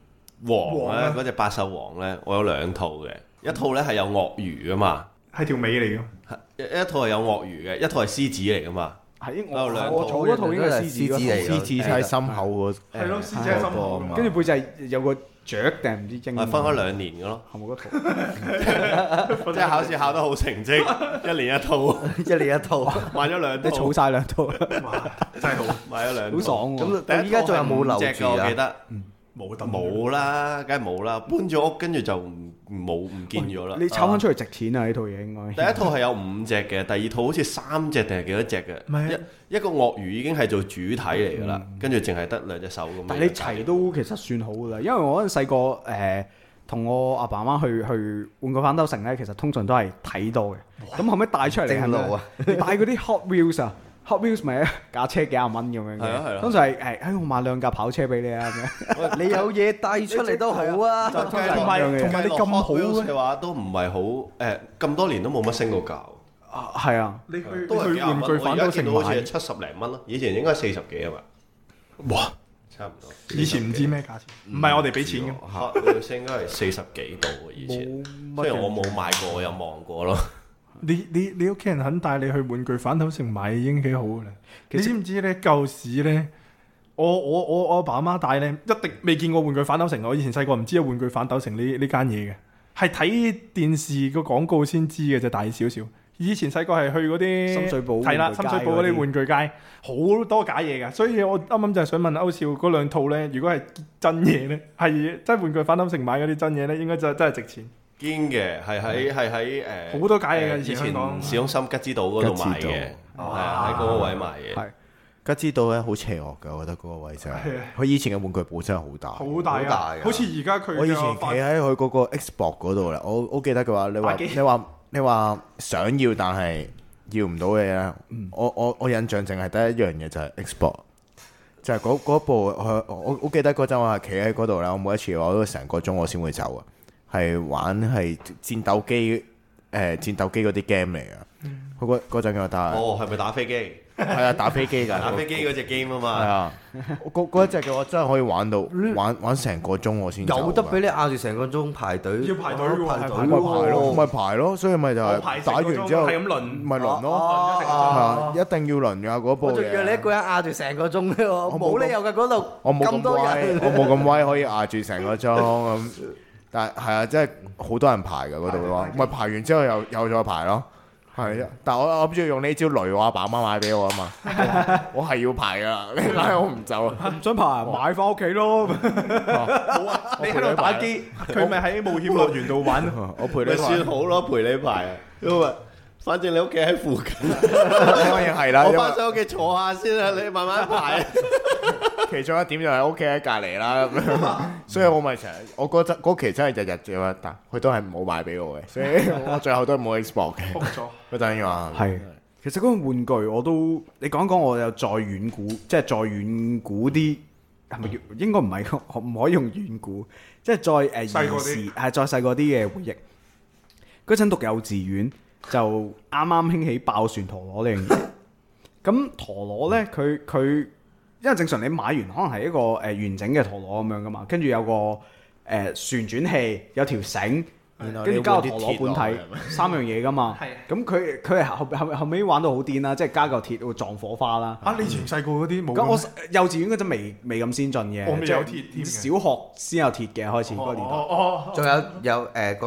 Speaker 6: 王
Speaker 1: 王
Speaker 6: 咧
Speaker 1: 啊，
Speaker 6: 嗰只百獸王咧，我有兩套嘅，一套咧係有鱷魚噶嘛，
Speaker 1: 係條尾嚟嘅。
Speaker 6: 係一一套係有鱷魚嘅，一套係獅子嚟噶嘛。
Speaker 5: 係
Speaker 6: 有兩套
Speaker 5: 我我坐嗰套應該係獅子
Speaker 2: 獅子
Speaker 5: 嗰
Speaker 2: 嚟
Speaker 3: 獅
Speaker 2: 㗎
Speaker 3: 子喺心口嗰，
Speaker 1: 係咯，師姐心口咁
Speaker 5: 套，
Speaker 1: 啊
Speaker 5: 跟住背脊有個雀定唔知鷹。
Speaker 2: 嗯
Speaker 6: 係分開兩年嘅咯，
Speaker 5: 係咪嗰套？
Speaker 2: 嗯
Speaker 6: 即係考試考得好成
Speaker 2: *laughs*
Speaker 6: 績，一年一套，
Speaker 2: 一年一套。
Speaker 6: 買咗兩套，
Speaker 5: 你儲晒兩套，好
Speaker 1: 真係好
Speaker 6: *laughs* 買咗兩套。
Speaker 5: 爽喎！
Speaker 2: 咁到依家仲有冇留
Speaker 6: 第一套係五隻
Speaker 2: 住
Speaker 6: 嘅我
Speaker 2: 啊
Speaker 6: 記？得
Speaker 1: 冇得
Speaker 6: 冇啦，梗係冇啦，搬咗屋跟住就唔冇唔見咗啦。
Speaker 5: 你炒翻出嚟值錢啊！呢套嘢應 *laughs* 該。
Speaker 6: 第一套係有五隻嘅，第二套好似三隻定係幾多隻
Speaker 1: 唔係
Speaker 6: 嘅？一一個鱷魚已經係做主體嚟㗎啦，跟住淨係得兩隻手咁樣。
Speaker 5: 嗯但係你齊都其實算好噶啦，因為我嗰陣細個誒同我阿爸阿媽去去玩具反斗城咧，其實通常都係睇到嘅。咁後尾帶出嚟係
Speaker 2: 正路啊
Speaker 5: 咩，帶嗰啲 Hot Wheels 啊，Hot Wheels 咪一架車幾廿蚊咁樣
Speaker 6: 係啊係
Speaker 5: 嘅，
Speaker 6: 啊
Speaker 5: 通常係誒，哎我買兩架跑車俾你啊咁樣。
Speaker 2: 你有嘢帶出嚟都好啊！
Speaker 6: 就計
Speaker 5: 同埋同埋你咁好嘅
Speaker 6: 嘅話，都唔係好誒咁多年都冇乜升過價。
Speaker 5: 啊 *laughs* 係啊，
Speaker 1: 你去
Speaker 6: 都係
Speaker 1: 去
Speaker 6: 幾廿
Speaker 1: 玩
Speaker 6: 蚊
Speaker 1: 具
Speaker 6: 我
Speaker 1: 反
Speaker 6: 而家
Speaker 1: 斗
Speaker 6: 見
Speaker 1: 城
Speaker 6: 到好似係
Speaker 1: 買，
Speaker 6: 七十零蚊咯，以前應該四十幾啊嘛，
Speaker 1: 哇！
Speaker 6: 差唔多。
Speaker 1: 以前唔知咩價錢，唔係我哋俾錢嘅。
Speaker 6: 嚇，女星應該係四十幾度喎，以前。雖然我冇買過，我有望過咯。
Speaker 1: 你你你屋企人肯帶你去玩具反斗城買已經幾好噶啦。
Speaker 5: 其
Speaker 1: 你
Speaker 5: 實
Speaker 1: 知唔知咧？舊時咧，我我我我阿爸阿媽帶咧，一定未見過玩具反斗城。我以前細個唔知有玩具反斗城呢呢間嘢嘅，係睇電視個廣告先知嘅啫，大少少。以前細個係去嗰啲
Speaker 5: 深水埗
Speaker 1: 係啦，
Speaker 5: 玩具
Speaker 1: 深
Speaker 5: 街
Speaker 1: 水埗嗰
Speaker 5: 嗰
Speaker 1: 啲
Speaker 5: 啲
Speaker 1: 玩具街好多假嘢㗎，所以我啱啱就係想問歐少嗰兩套咧，如果係真嘢咧，係真係玩具反斗城買嗰啲真嘢咧，應該就真係值錢。
Speaker 6: 堅嘅，係喺係喺誒
Speaker 1: 好多假嘢㗎
Speaker 6: 誒
Speaker 1: 以前香港
Speaker 6: 前市中心吉之島嗰度
Speaker 3: 吉
Speaker 6: 買
Speaker 3: 之
Speaker 6: 嘅，係啊喺嗰個位買嘅
Speaker 5: 係。
Speaker 3: 吉知道咧好邪惡嘅，我覺得嗰個位真係
Speaker 1: 係啊。
Speaker 3: 佢以前嘅玩具部真係好
Speaker 5: 啊
Speaker 3: 大，
Speaker 1: 好大
Speaker 2: 好大
Speaker 1: 㗎，
Speaker 2: 㗎
Speaker 1: 好似而家佢
Speaker 3: 我以前
Speaker 1: 嘅
Speaker 3: 企喺佢嗰個 Xbox 嗰度啦，我好記得嘅話，你話
Speaker 1: 打機
Speaker 3: 你話你話想要但係要唔到嘅嘢，我我我印象淨係得一樣嘢就係 Xbox，就係嗰嗰部我我我記得嗰陣我係企喺嗰度啦，我每一次我都成個鐘我先會走啊，係玩係戰鬥機誒、戰鬥機嗰啲 game 嚟嘅，佢嗰嗰陣嘅但係
Speaker 6: 嗯哦，係咪打飛機？
Speaker 3: 係啊打飛機㗎，
Speaker 6: 打飛機嗰只 game 啊
Speaker 3: 係
Speaker 6: 嘛。
Speaker 3: 啊，我嗰嗰一隻嘅我真係可以玩到玩玩成個鐘我先
Speaker 1: 啊
Speaker 3: 走
Speaker 2: 有得
Speaker 3: 㗎
Speaker 2: 俾你壓住成個鐘排隊，
Speaker 1: 要排隊喎
Speaker 2: 排
Speaker 1: 係
Speaker 2: 隊
Speaker 1: 排
Speaker 3: 咪排咯，
Speaker 2: 喎
Speaker 3: 咪排咯，所以咪就
Speaker 1: 我排
Speaker 3: 係
Speaker 1: 成
Speaker 3: 打
Speaker 1: 個鐘
Speaker 3: 完之後
Speaker 1: 係咁輪
Speaker 3: 咪
Speaker 2: 啊
Speaker 3: 輪咯，係啊，
Speaker 2: 哦
Speaker 3: 一定要輪噶嗰部
Speaker 2: 我仲要你一
Speaker 3: 嘢。
Speaker 2: 個人壓住成個鐘嘅
Speaker 3: 冇
Speaker 2: 喎，冇理由㗎嗰度
Speaker 3: 我冇
Speaker 2: 咁
Speaker 3: 咁
Speaker 2: 多
Speaker 3: 威，
Speaker 2: 人。
Speaker 3: 我冇咁威可以壓住成個鐘咁，但係係啊，真係好多人排噶嗰度咯，咪排完之後又又再排咯。係啊，但我我諗住用呢招雷我阿爸媽買俾我啊嘛，我係要排噶，你拉我唔走啊！
Speaker 5: 唔想排買翻屋企咯。
Speaker 1: 你喺度打機，佢咪喺冒險樂園度玩。
Speaker 3: 我陪你
Speaker 6: 咪
Speaker 3: 排
Speaker 6: 算，好咯，陪你排啊，因為反正你屋企喺附近，
Speaker 3: 當然係啦，
Speaker 6: 我
Speaker 3: 因為
Speaker 6: 翻上屋企坐下先啦，你慢慢排。啊
Speaker 3: 其中一點就係屋企喺隔離啦，咁樣，
Speaker 2: *laughs*
Speaker 3: 所以我咪成日，我嗰陣嗰期真係日日照啊，但佢都係冇買俾我嘅，所以
Speaker 2: *laughs*
Speaker 3: 我最後都係冇 Xbox 嘅。
Speaker 1: 仆咗，
Speaker 3: 嗰陣話
Speaker 5: 係，其實嗰個玩具我都，你講講我又再遠古，即係再遠古啲，係咪叫應該唔係， *laughs* 唔可以用遠古，即係再誒
Speaker 1: 細個
Speaker 5: 兒時，係再細個啲嘅回憶。嗰陣讀幼稚園就啱啱興起爆旋陀螺呢樣嘢，咁陀螺咧佢佢，因為正常你買完可能係一個誒、呃完整嘅陀螺咁樣噶嘛，跟住有個誒、呃旋轉器，有條繩。
Speaker 3: 然後
Speaker 5: 跟
Speaker 3: 你換
Speaker 5: 住加個
Speaker 3: 啲
Speaker 5: 陀螺
Speaker 3: 鐵落
Speaker 5: 本
Speaker 3: 去
Speaker 5: 體三樣嘢噶嘛。咁佢佢係後後後尾玩到好癲啦，即係加嚿鐵會撞火花啦。
Speaker 1: 啊！你以前細個嗰啲冇
Speaker 5: 咁我
Speaker 1: 咁
Speaker 5: 幼稚園嗰陣未未咁先進嘅，
Speaker 1: 我未有
Speaker 5: 即係
Speaker 1: 鐵添嘅
Speaker 5: 小學先有鐵嘅開始嗰個年代。
Speaker 1: 哦
Speaker 2: 仲有有誒個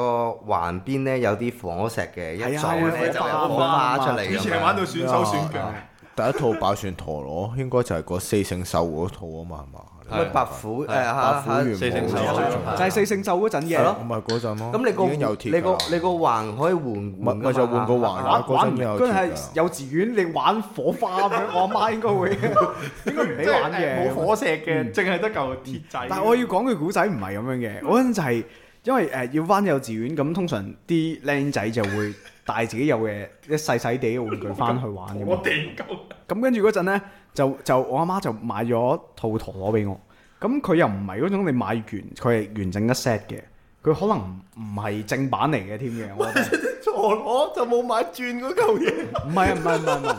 Speaker 2: 環邊咧有啲火石嘅，
Speaker 5: 係
Speaker 2: 一
Speaker 5: 啊
Speaker 2: 撞
Speaker 5: 會
Speaker 2: 咧就有火
Speaker 5: 花
Speaker 2: 花
Speaker 5: 啊
Speaker 2: 出
Speaker 5: 嘛
Speaker 2: 嚟
Speaker 1: 哦，
Speaker 2: 㗎嘛。
Speaker 1: 以前係玩到選手選腳，
Speaker 5: 啊
Speaker 3: 第一套爆旋陀螺應該就係個四聖獸嗰套啊嘛，係嘛？
Speaker 2: 乜白虎誒
Speaker 6: 係
Speaker 2: 嚇
Speaker 3: 白虎
Speaker 2: 嚇
Speaker 3: 元武
Speaker 6: 四聖獸
Speaker 1: 哦
Speaker 5: 就係四聖獸嗰陣嘢咯。
Speaker 3: 我咪嗰陣咯。
Speaker 2: 咁你個
Speaker 3: 已經有鐵㗎
Speaker 2: 你個
Speaker 3: 啦
Speaker 2: 你個環可以換
Speaker 3: 咪
Speaker 2: 換
Speaker 3: 咪就換個環
Speaker 5: 玩
Speaker 3: 啊！嗰
Speaker 5: 玩
Speaker 3: 陣
Speaker 5: 唔
Speaker 3: 都有
Speaker 5: 嗰陣
Speaker 3: 鐵
Speaker 5: 係
Speaker 3: 㗎。
Speaker 5: 幼稚園，你玩火花咁樣，我阿媽應該
Speaker 1: *laughs*
Speaker 5: 會應該唔俾玩嘅。
Speaker 1: 冇火石嘅，淨係得嚿鐵仔。
Speaker 5: 但我要講嘅古仔唔係咁樣嘅，嗰陣就係因為誒、呃要翻幼稚園，咁通常啲僆仔就會帶自己有嘅一細細地嘅玩具翻去玩嘅嘛
Speaker 1: 我。掟鳩，
Speaker 5: 咁跟住嗰陣咧，就就我阿媽就買咗套陀螺俾我。咁佢又唔係嗰種你買完佢係完整一 set 嘅，佢可能唔係正版嚟嘅添
Speaker 6: *laughs*
Speaker 5: 嘅。我覺得
Speaker 6: 陀螺就冇買轉嗰嚿嘢。
Speaker 5: 唔係啊，唔係唔係唔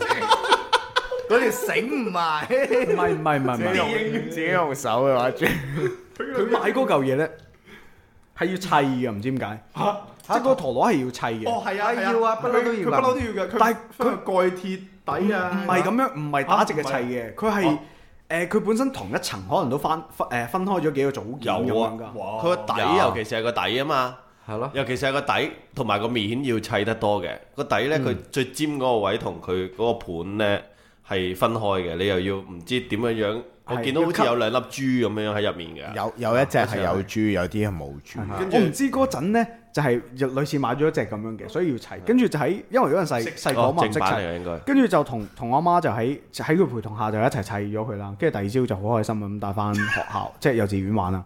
Speaker 2: 嗰條繩唔埋，
Speaker 5: 係唔係唔係唔係。
Speaker 3: 自己用手啊嘅話，
Speaker 6: *laughs*
Speaker 5: 佢買嗰嚿嘢咧係要砌嘅，唔知點解。即係嗰個陀螺係要砌嘅，
Speaker 1: 哦，係啊，係
Speaker 2: 要啊不嬲都要㗎
Speaker 1: 佢佢不嬲都要嘅。佢
Speaker 5: 但係
Speaker 1: 佢有蓋鐵底啊，
Speaker 5: 唔係咁樣，唔係打直嘅砌
Speaker 1: 啊唔
Speaker 5: 嘅，佢係
Speaker 1: 哦
Speaker 5: 誒佢本身同一層可能都分分誒分開咗幾個組件咁
Speaker 6: 有啊
Speaker 5: 樣㗎，，
Speaker 1: 哇
Speaker 6: 佢個底
Speaker 2: 有
Speaker 6: 尤其是係個底啊嘛，
Speaker 2: 係咯，
Speaker 6: 尤其是係個底同埋個面要砌得多嘅。個底咧，佢最尖嗰個位同佢嗰個盤咧係分開嘅，你又要唔知點樣樣。我
Speaker 5: 係
Speaker 6: 見到好似
Speaker 5: 要
Speaker 6: 有兩粒珠咁樣喺入面嘅。
Speaker 3: 有有一隻係有
Speaker 2: 啊
Speaker 3: 珠，有啲係冇珠。
Speaker 6: 跟住
Speaker 5: 嗯我唔知嗰陣咧就係類似買咗一隻咁樣嘅，所以要砌。跟住就喺因為嗰陣細細個啊
Speaker 6: 哦
Speaker 5: 嘛唔識
Speaker 6: 正版
Speaker 5: 砌，
Speaker 6: 嚟嘅應該。
Speaker 5: 跟住就同同我媽就喺就喺佢陪同下就一齊砌咗佢啦。跟住第二朝就好開心咁帶翻學校， *laughs* 即係幼稚園玩啦。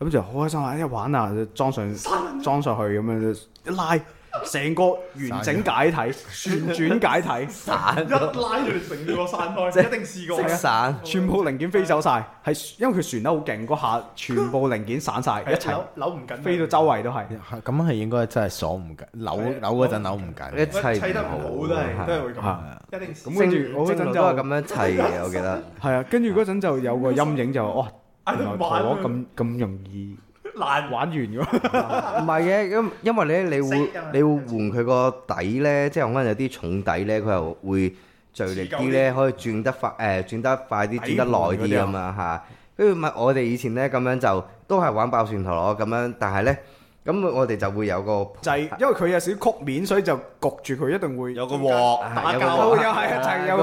Speaker 5: 咁就好開心啊！一玩啊，就裝上裝上去咁樣一拉，成個完整解體、旋轉解體。
Speaker 2: 散
Speaker 1: 一拉住成個散開，一定試過
Speaker 2: 即。散，
Speaker 5: 全部零件飛走晒，係因為佢旋得好勁，嗰下全部零件散晒，一齊
Speaker 1: 扭扭唔緊，
Speaker 5: 飛到周圍都係。
Speaker 3: 係咁係應該真係鎖唔緊，扭扭嗰陣扭唔
Speaker 2: 一
Speaker 3: 緊。
Speaker 1: 喂，
Speaker 2: 砌
Speaker 1: 砌得唔好都係都係會
Speaker 5: 係
Speaker 1: 咁，一定
Speaker 5: 咁
Speaker 1: 咁。
Speaker 5: 跟
Speaker 2: 正
Speaker 5: 住我嗰
Speaker 2: 正
Speaker 5: 陣
Speaker 2: 路
Speaker 5: 就
Speaker 2: 都係咁樣砌嘅，我記得。
Speaker 5: 係啊，跟住嗰陣就有個陰影就哦哇，
Speaker 1: 哎
Speaker 5: 原來陀螺咁咁容易
Speaker 1: 難玩
Speaker 5: 玩完㗎。
Speaker 2: 唔係嘅，因因為咧，你會
Speaker 1: 色啊
Speaker 2: 你會換佢個底咧，即係可能有啲重底咧，佢又會聚力啲咧，可以轉得快誒、轉得快啲，轉得耐啲咁啊嚇。跟住咪我哋以前咧咁樣就都係玩爆旋陀螺咁樣，但係咧咁我哋就會有個
Speaker 5: 就係因為佢有少少曲面，所以就焗住佢一定會
Speaker 6: 有個鑊，
Speaker 2: 啊有個
Speaker 5: 交
Speaker 2: 鑊
Speaker 5: 又係啊就係有個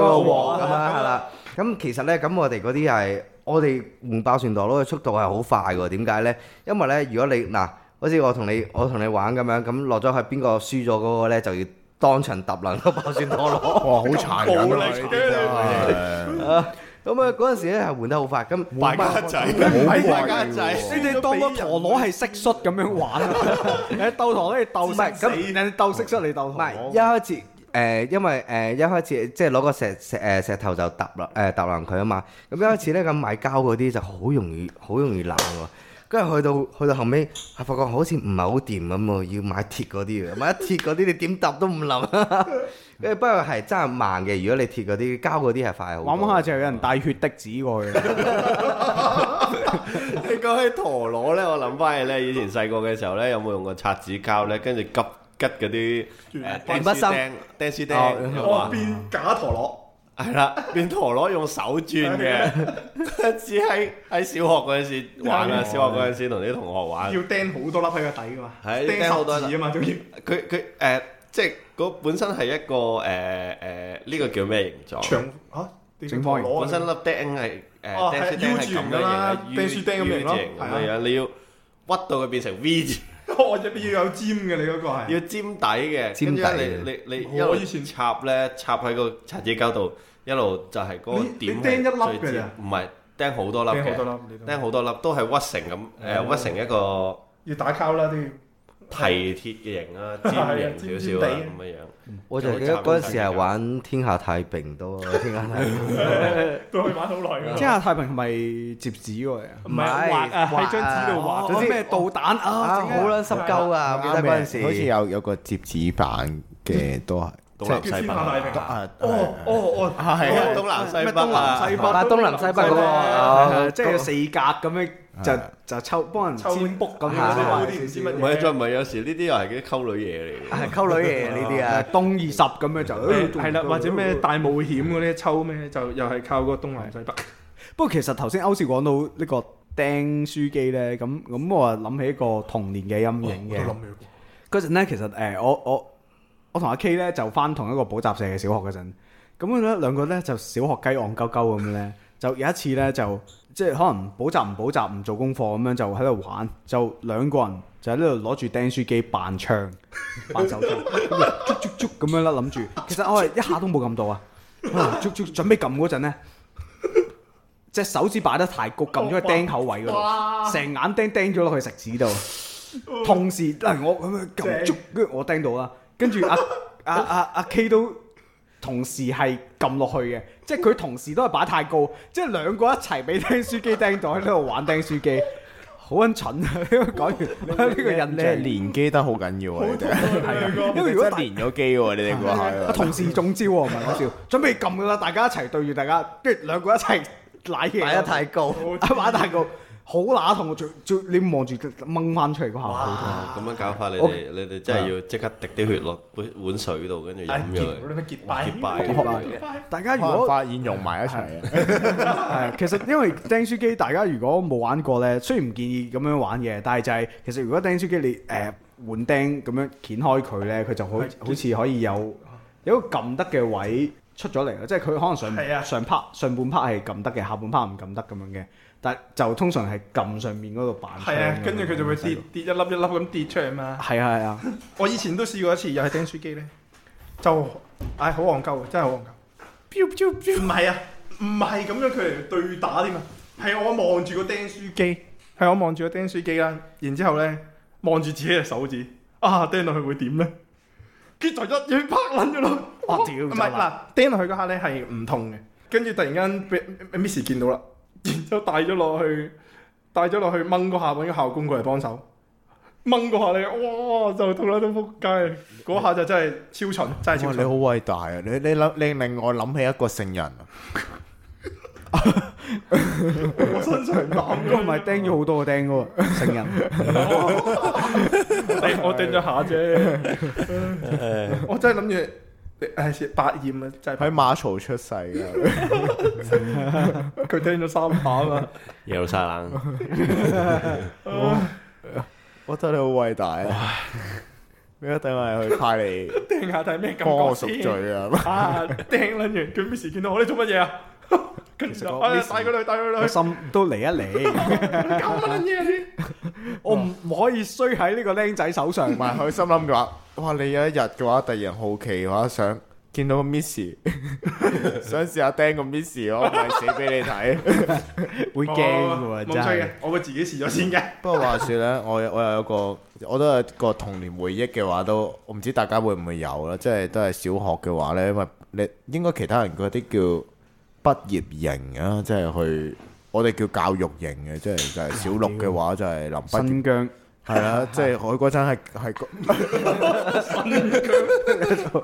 Speaker 5: 鑊
Speaker 2: 嗰鑊咁樣係啦。咁其實咧，咁我哋嗰啲係我哋換爆旋陀螺嘅速度係好快喎。點解咧？因為咧，如果你嗱，好似我同你我同你玩咁樣，咁落咗去邊個輸咗嗰個咧，就要當場揼爛個爆旋陀
Speaker 3: 哇，
Speaker 2: 螺。
Speaker 3: 好殘忍啊！呢啲真係
Speaker 2: *laughs* 咁啊，嗰陣時咧係換得好快，咁
Speaker 6: 敗家仔，
Speaker 3: 好
Speaker 6: 敗家
Speaker 3: 壞喎
Speaker 6: 仔。
Speaker 5: 你哋當個陀螺係蟋蟀咁樣玩啊！你鬥陀螺你鬥
Speaker 2: 唔係
Speaker 5: 蟋
Speaker 2: 咁
Speaker 5: 蟀，人哋鬥蟋蟀你鬥
Speaker 2: 唔
Speaker 5: 陀
Speaker 2: 係
Speaker 5: 螺
Speaker 2: 一。開始誒、因為誒、一開始即係攞個石石誒石頭就揼啦誒揼爛佢啊嘛。咁一開始咧咁買膠嗰啲就好容易好容易爛喎。跟住去到去到後尾，係發覺好似唔係好掂咁喎，要買鐵嗰啲嘅，啊買鐵嗰啲你點揼都唔 *laughs* 冧。跟住不過係真係慢嘅，如果你鐵嗰啲膠嗰啲係快好多。
Speaker 5: 玩玩下就有人帶血滴子過去，
Speaker 6: 你講起陀螺咧，我諗翻起咧，以前細個嘅時候咧，有冇用過擦紙膠咧，跟住急吉嗰啲誒
Speaker 2: 鉛筆芯
Speaker 6: 釘釘書
Speaker 2: 哦
Speaker 6: 釘，
Speaker 1: 我
Speaker 6: 哇！
Speaker 1: 變假陀螺，
Speaker 6: 係啦，變陀螺用手轉
Speaker 1: 啊
Speaker 6: 嘅，只喺喺小學嗰陣時玩啊，小學嗰陣時同啲同學玩
Speaker 1: 要，釘好多粒喺個底噶嘛，
Speaker 6: 係釘好
Speaker 1: 釘
Speaker 6: 多粒
Speaker 1: 十字啊嘛，仲要。
Speaker 6: 佢佢誒，即係嗰本身係一個誒誒，呢個叫咩形狀？
Speaker 1: 長嚇
Speaker 5: 正方形
Speaker 1: 啊
Speaker 6: 本身粒釘係誒
Speaker 1: 哦
Speaker 6: 釘
Speaker 1: 係 U
Speaker 6: 書釘係
Speaker 1: 字
Speaker 6: 咁
Speaker 1: 形㗎啦
Speaker 6: 樣
Speaker 1: 釘
Speaker 6: 嘅，
Speaker 1: 書釘咁
Speaker 6: U
Speaker 1: 形咯
Speaker 6: 字形咁
Speaker 1: 係啊
Speaker 6: 樣，你要屈到佢變成 V 字。
Speaker 1: *laughs* 我入邊要有尖嘅，你嗰個係
Speaker 6: 要尖底嘅，
Speaker 2: 尖
Speaker 6: 跟
Speaker 2: 底嘅
Speaker 6: 住咧你你你一
Speaker 1: 我
Speaker 6: 路
Speaker 1: 以前
Speaker 6: 插咧插喺個擦紙膠度，一路就係嗰個
Speaker 1: 你
Speaker 6: 點
Speaker 1: 你釘一粒
Speaker 6: 係最
Speaker 1: 嘅
Speaker 6: 尖
Speaker 1: 咋
Speaker 6: 唔係釘好多粒
Speaker 1: 好
Speaker 6: 嘅，
Speaker 1: 多粒，你都
Speaker 6: 釘好多粒都係屈成咁誒屈成一個
Speaker 1: 要打交啦都要。
Speaker 6: 蹄鐵嘅形啦，尖
Speaker 1: 係啊
Speaker 6: 形
Speaker 1: 尖
Speaker 6: 少
Speaker 1: 尖
Speaker 6: 少
Speaker 1: 地
Speaker 6: 啦
Speaker 1: 嘅
Speaker 6: 咁嘅樣。
Speaker 2: 我就記得嗰陣時係玩天下哦太平多，啊 *laughs* 天下太平。
Speaker 1: 都可以玩好耐㗎
Speaker 5: 即係太平係咪摺紙過嚟啊？
Speaker 1: 唔係畫啊，喺張紙度畫。
Speaker 5: 總之咩導彈啊，
Speaker 2: 啊，
Speaker 5: 整
Speaker 2: 好
Speaker 5: 啊
Speaker 2: 撚濕鳩啊！我記得嗰陣
Speaker 3: 好似
Speaker 2: 時。
Speaker 3: 有有個摺紙板嘅都係，
Speaker 6: 東
Speaker 1: 即係
Speaker 6: 南西
Speaker 1: 叫
Speaker 6: 北
Speaker 1: 天下太平
Speaker 6: 啊，
Speaker 1: 啊
Speaker 3: 啊
Speaker 1: 哦哦哦，
Speaker 6: 係啊
Speaker 1: 哦
Speaker 6: 東南西
Speaker 5: 咩
Speaker 6: 北
Speaker 5: 東南西
Speaker 6: 啊，
Speaker 5: 北哦
Speaker 2: 啊，東南西北嗰個啊
Speaker 5: 係即係有四格咁樣就就抽幫人
Speaker 1: 抽
Speaker 5: 占卜咁
Speaker 1: 嗰
Speaker 5: 樣
Speaker 1: 啲好
Speaker 5: 嗰
Speaker 1: 啲唔知乜
Speaker 6: 唔
Speaker 1: 嘢。
Speaker 6: 係再唔係有時呢啲又係啲溝女嘢嚟嘅。
Speaker 2: 係溝
Speaker 5: *laughs*
Speaker 2: 女嘢呢啲啊
Speaker 5: 啲，東二十咁樣就哎
Speaker 1: 誒
Speaker 5: 誒
Speaker 1: 係啦，或者咩大冒險嗰啲抽咩，就又係靠個東南西北。
Speaker 5: 不過其實頭先歐少講到呢個釘書機咧，咁咁我啊諗起一個童年嘅陰影嘅。嗰陣咧，其實誒、我我我同阿 K 咧就翻同一個補習社嘅小學嗰陣，咁咧兩個咧就小學雞戇鳩鳩咁樣咧，就有一次咧就即係可能補習唔補習唔做功課咁樣就喺度玩，就兩個人就喺呢度攞住釘書機扮槍扮手槍，咁就捉捉捉咁樣啦，諗住其實我係一下都冇撳到啊，捉捉準備撳嗰陣咧。隻手指擺得太高，撳咗個釘口位嗰
Speaker 1: 哇
Speaker 5: 度，成眼釘釘咗落去食指度。同時嗱，我咁樣
Speaker 1: 正
Speaker 5: 撳捉，跟住我釘到啦，跟住阿阿阿阿 K 都同時係撳落去嘅，即係佢同時都係擺太高，即係兩個一齊俾釘書機釘到喺度玩釘書機，好撚蠢啊！呢個講完呢個
Speaker 3: 你
Speaker 5: 印
Speaker 3: 係
Speaker 5: 象。
Speaker 3: 連機得好緊要啊！你哋
Speaker 5: 因為如果
Speaker 3: 真
Speaker 5: 大
Speaker 3: 係連咗機喎，你哋嗰下
Speaker 5: 啊同時中招喎，唔係講笑，準備撳噶啦，大家一齊對住大家，跟住兩個一齊舐嘢， *laughs*
Speaker 2: 擺得太高，
Speaker 5: 啊玩得太高，好乸痛，最最你望住掹翻出嚟嗰下好痛。
Speaker 6: 咁樣搞法，你
Speaker 5: 我
Speaker 6: 哋你哋真係要即刻滴啲血落碗碗水度，跟住飲咗
Speaker 1: 結
Speaker 6: 佢。
Speaker 1: 咩結拜？
Speaker 6: 結拜
Speaker 1: 結拜
Speaker 5: 大家
Speaker 3: 啊可
Speaker 5: 如
Speaker 3: 能
Speaker 5: 果
Speaker 3: 發現融埋一齊啊！
Speaker 5: 係，其實因為釘書機，大家如果冇玩過咧，雖然唔建議咁樣玩嘅，但係就係、其實如果釘書機你誒、呃、換釘咁樣掀開佢咧，佢就好好似可以有有一個撳得嘅位出咗嚟咯，即係佢可能上、
Speaker 1: 係啊
Speaker 5: 上 part 上半 part 係撳得嘅，下半 part 唔撳得咁樣嘅，但就通常係撳上面嗰度扮槍咁樣。
Speaker 1: 係啊，跟住佢就會跌跌一粒一粒咁跌出嚟嘛。
Speaker 5: 係啊係啊，
Speaker 1: 我以前都試過一次，又係釘書機咧，就唉好戇鳩嘅，真係好戇鳩。飄飄飄，唔係啊，唔係咁樣佢嚟對打添啊，係我望住個釘書機，係我望住個釘書機啦，然之後咧望住自己嘅手指，啊釘落去會點咧？跟住就一嘢拍撚咗咯。
Speaker 5: 我屌
Speaker 1: 唔
Speaker 5: 就
Speaker 1: 係
Speaker 5: 係
Speaker 1: 嗱，釘落去嗰刻咧係唔痛嘅，跟住突然間俾 Miss 見到啦， *laughs* 然之後帶咗落去，帶咗落去掹嗰下，揾個校工過嚟幫手，掹嗰下咧，哇就痛啦到撲街，嗰下就真係超蠢，真係超
Speaker 3: 哇你好
Speaker 1: 蠢。
Speaker 3: 偉大啊！你你諗你令我諗起一個聖人啊！
Speaker 1: 我身上攬
Speaker 5: 唔 *laughs* 係釘咗好多個釘嘅喎，成人。
Speaker 1: 我頂咗下啫，我真係諗住誒百厭啊，真係
Speaker 3: 喺馬槽出世 *laughs* 嘅，
Speaker 1: 佢釘咗三下啊嘛，
Speaker 6: 耶路撒冷，
Speaker 3: 我覺得你好偉大啊！你一定係去派你
Speaker 1: 釘下睇咩感
Speaker 3: 幫我
Speaker 1: 覺
Speaker 3: 贖
Speaker 1: 先。
Speaker 3: 罪啊！
Speaker 1: 啊！掟撚完，佢 Miss 見到我，你做乜嘢啊？ *laughs* 跟住
Speaker 5: 其實
Speaker 1: 就
Speaker 5: 個
Speaker 1: 哎呀
Speaker 5: Miss-
Speaker 1: 帶佢去，帶佢
Speaker 5: 個
Speaker 1: 去，
Speaker 5: 心都嚟一
Speaker 1: *laughs*
Speaker 5: 嚟，
Speaker 1: 搞乜撚嘢啊你？
Speaker 5: 我唔唔可以衰喺呢個僆仔手上
Speaker 3: 同埋佢心諗嘅話，哇！你有一日嘅話，突然好奇嘅話，想見到個 Miss，想試下釘個 Miss，我咪死俾你睇。
Speaker 5: 會驚嘅喎，
Speaker 1: 冇
Speaker 5: 真
Speaker 1: 吹
Speaker 5: 係
Speaker 1: 嘅。，我會自己試咗先嘅。
Speaker 3: 不過話說咧，我有我又有一個，我都有一個童年回憶嘅話都，我唔知大家會唔會有啦，即係都係小學嘅話咧，因為你應該其他人嗰啲叫畢業營啊，即係去我哋叫教育營嘅，即係就係小六嘅話就係臨畢業，
Speaker 5: 新疆
Speaker 3: 係啦，即係我嗰陣係係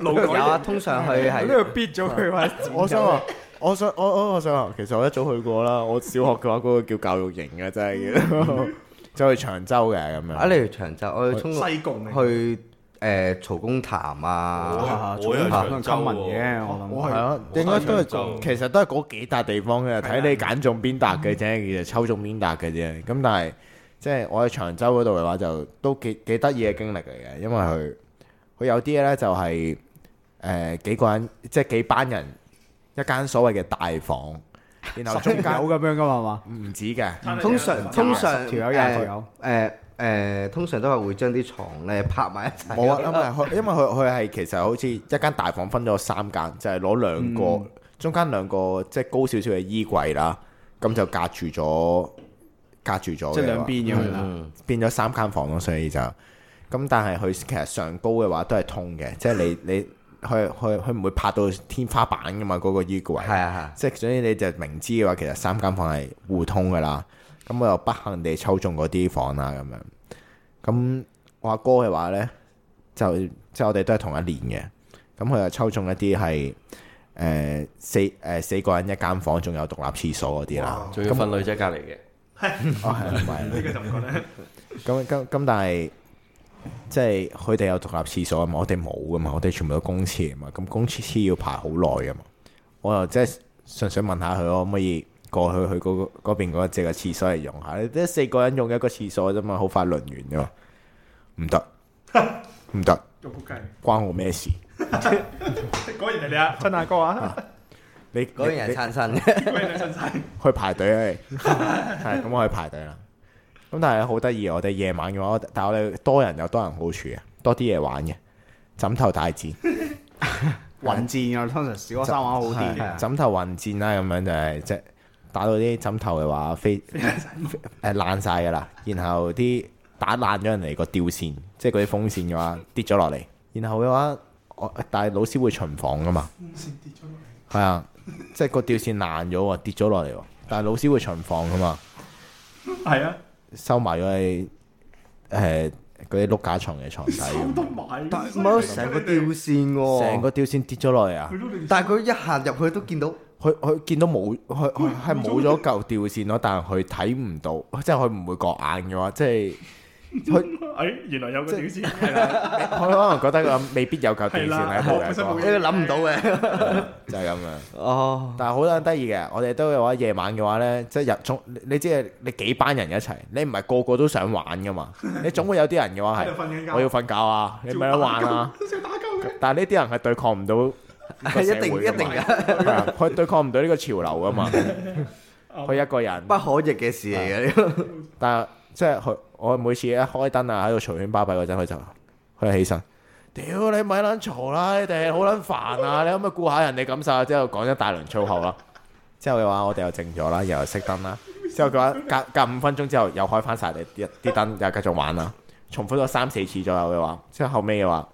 Speaker 1: 老
Speaker 2: 有啊，通常佢
Speaker 5: 呢
Speaker 2: *laughs* 係
Speaker 5: 度逼咗佢話，
Speaker 3: 我想話，我想我我我想話，其實我一早去過啦。我小學嘅話，嗰、個叫教育營嘅，真係 *laughs* 走去長洲嘅咁
Speaker 2: 啊，
Speaker 3: 樣。
Speaker 2: 你去長洲，我去衝
Speaker 1: 西貢嚟，
Speaker 2: 去誒曹公潭啊，
Speaker 5: 啊
Speaker 6: 我又係
Speaker 5: 可能
Speaker 6: 長洲
Speaker 5: 親民
Speaker 6: 喎
Speaker 5: 嘅，我
Speaker 1: 我
Speaker 3: 係
Speaker 1: 係
Speaker 3: 啊，應該都
Speaker 6: 我去長
Speaker 3: 係
Speaker 6: 洲
Speaker 3: 其實都係嗰幾笪地方嘅，睇你揀中邊笪嘅啫，其實抽中邊笪嘅啫。咁但係即係我喺長洲嗰度嘅話，就都幾幾得意嘅經歷嚟嘅，因為佢佢有啲咧就係、誒、幾個人，即係幾班人一間所謂嘅大房，然後
Speaker 5: 諗
Speaker 3: 中
Speaker 5: 十條
Speaker 3: 間
Speaker 5: 友咁樣噶嘛嘛，
Speaker 3: 唔止嘅。
Speaker 2: 通常通常
Speaker 5: 十條友廿條友
Speaker 2: 誒誒，通常都係會將啲床咧拍埋一齊。
Speaker 3: 冇啊，因為佢因為佢佢係其實好似一間大房分咗三間，就係攞兩個、
Speaker 5: 嗯
Speaker 3: 中間兩個即係高少少嘅衣櫃啦，咁就隔住咗隔住咗，
Speaker 5: 即係兩邊咁樣啦。
Speaker 6: 嗯，
Speaker 3: 變咗三間房咯，所以就咁。但係佢其實上高嘅話都係通嘅，即係你你佢佢佢唔會拍到天花板噶嘛，嗰、個衣櫃
Speaker 2: 係啊
Speaker 3: 即係所以你就明知嘅話，其實三間房係互通噶啦。咁我又不幸地抽中嗰啲房啦，咁樣。咁我阿哥嘅話呢，就即係我哋都係同一年嘅。咁佢又抽中一啲係誒四誒、四個人一間房，仲有獨立廁所嗰啲啦。
Speaker 6: 仲要瞓女仔隔離嘅，
Speaker 3: 哦，係唔係？
Speaker 1: 呢個就唔覺得。
Speaker 3: 咁咁咁，但係即係佢哋有獨立廁所啊嘛，我哋冇噶嘛，我哋全部都公廁啊嘛，咁公廁要排好耐噶嘛，我又即係純粹問下佢可唔可以過去去嗰、個嗰邊嗰隻嘅廁所嚟用下，你得四個人用一個廁所啫嘛，好快輪完噶嘛，唔得唔得，
Speaker 1: 做仆街，
Speaker 3: 關我咩事？
Speaker 1: 果然係你啊，親阿哥啊，
Speaker 3: 你
Speaker 2: 嗰
Speaker 3: 你
Speaker 2: 樣
Speaker 3: 你
Speaker 2: 人撐身嘅，
Speaker 1: 果然係親晒。
Speaker 3: 去排隊啊你！係咁，我去排隊啦。咁但係好得意，我哋夜晚嘅話，但係我哋多人有多人好處啊，多啲嘢玩嘅，枕頭大戰。
Speaker 5: 混戰啊，通常小學生玩好啲
Speaker 3: 係啊
Speaker 5: 嘅。
Speaker 3: 枕頭混戰啦，咁樣就係即係打到啲枕頭嘅話飛誒爛晒㗎啦，然後啲打爛咗人哋個吊線，即係嗰啲風扇嘅話跌咗落嚟，然後嘅話我但係老師會巡房㗎嘛，係啊，即係個吊線爛咗喎，跌咗落嚟喎，但係老師會巡房㗎嘛，
Speaker 1: 係啊，
Speaker 3: 收埋咗喺誒嗰啲碌架床嘅床底咁
Speaker 1: *laughs* 收
Speaker 3: 樣，
Speaker 1: 得埋。
Speaker 2: 但係唔係成個吊線
Speaker 3: 成
Speaker 2: 喎，
Speaker 3: 個吊線跌咗落嚟啊！
Speaker 1: 佢都你
Speaker 2: 但係佢一行入去都見到，
Speaker 3: 佢佢見到冇佢
Speaker 1: 嗯
Speaker 3: 佢係冇咗嚿吊線咯，但係佢睇唔到，即係佢唔會割眼嘅話，
Speaker 1: *laughs*
Speaker 3: 即係佢
Speaker 1: *laughs* 哎，原來有個屌絲，係
Speaker 3: 佢
Speaker 1: 啦，
Speaker 3: 可能覺得佢未必有嚿吊線喺
Speaker 1: 係啦
Speaker 3: 度嘅，
Speaker 1: 我本身冇
Speaker 3: 嗰
Speaker 1: 嘢
Speaker 2: 你諗唔到嘅。
Speaker 3: 個就係咁樣。
Speaker 2: 哦，
Speaker 3: 但係好撚得意嘅，我哋都有話夜晚嘅話咧，即係入總，你你知係你幾班人一齊，你唔係個個都想玩
Speaker 1: *laughs*
Speaker 3: 噶嘛，你總會有啲人嘅話
Speaker 1: 喺度瞓緊覺
Speaker 3: 係，我要瞓覺啊，你咪得玩啊。
Speaker 1: 想打鳩嘅。
Speaker 3: 但係呢啲人係對抗唔到呢
Speaker 1: *laughs*
Speaker 3: 個社會㗎嘛，
Speaker 2: 一定一定
Speaker 3: 係啊佢對抗唔到呢個潮流噶
Speaker 1: *laughs*
Speaker 3: 嘛，佢一個人
Speaker 2: 不，可逆嘅事嚟嘅呢個。
Speaker 3: 但係即係佢，我每次一開燈啊，喺度隨圈巴閉嗰陣，佢就佢就起身。屌你咪撚嘈啦！你哋好撚煩啊！你可唔可以顧下人哋感受啊？之後講一大輪粗口啦，之後嘅話我哋又靜咗啦，又熄燈啦。之後嘅話隔隔五分鐘之後又開翻晒啲啲燈，又繼續玩啦。重複咗三四次左右嘅話，之後後尾嘅話，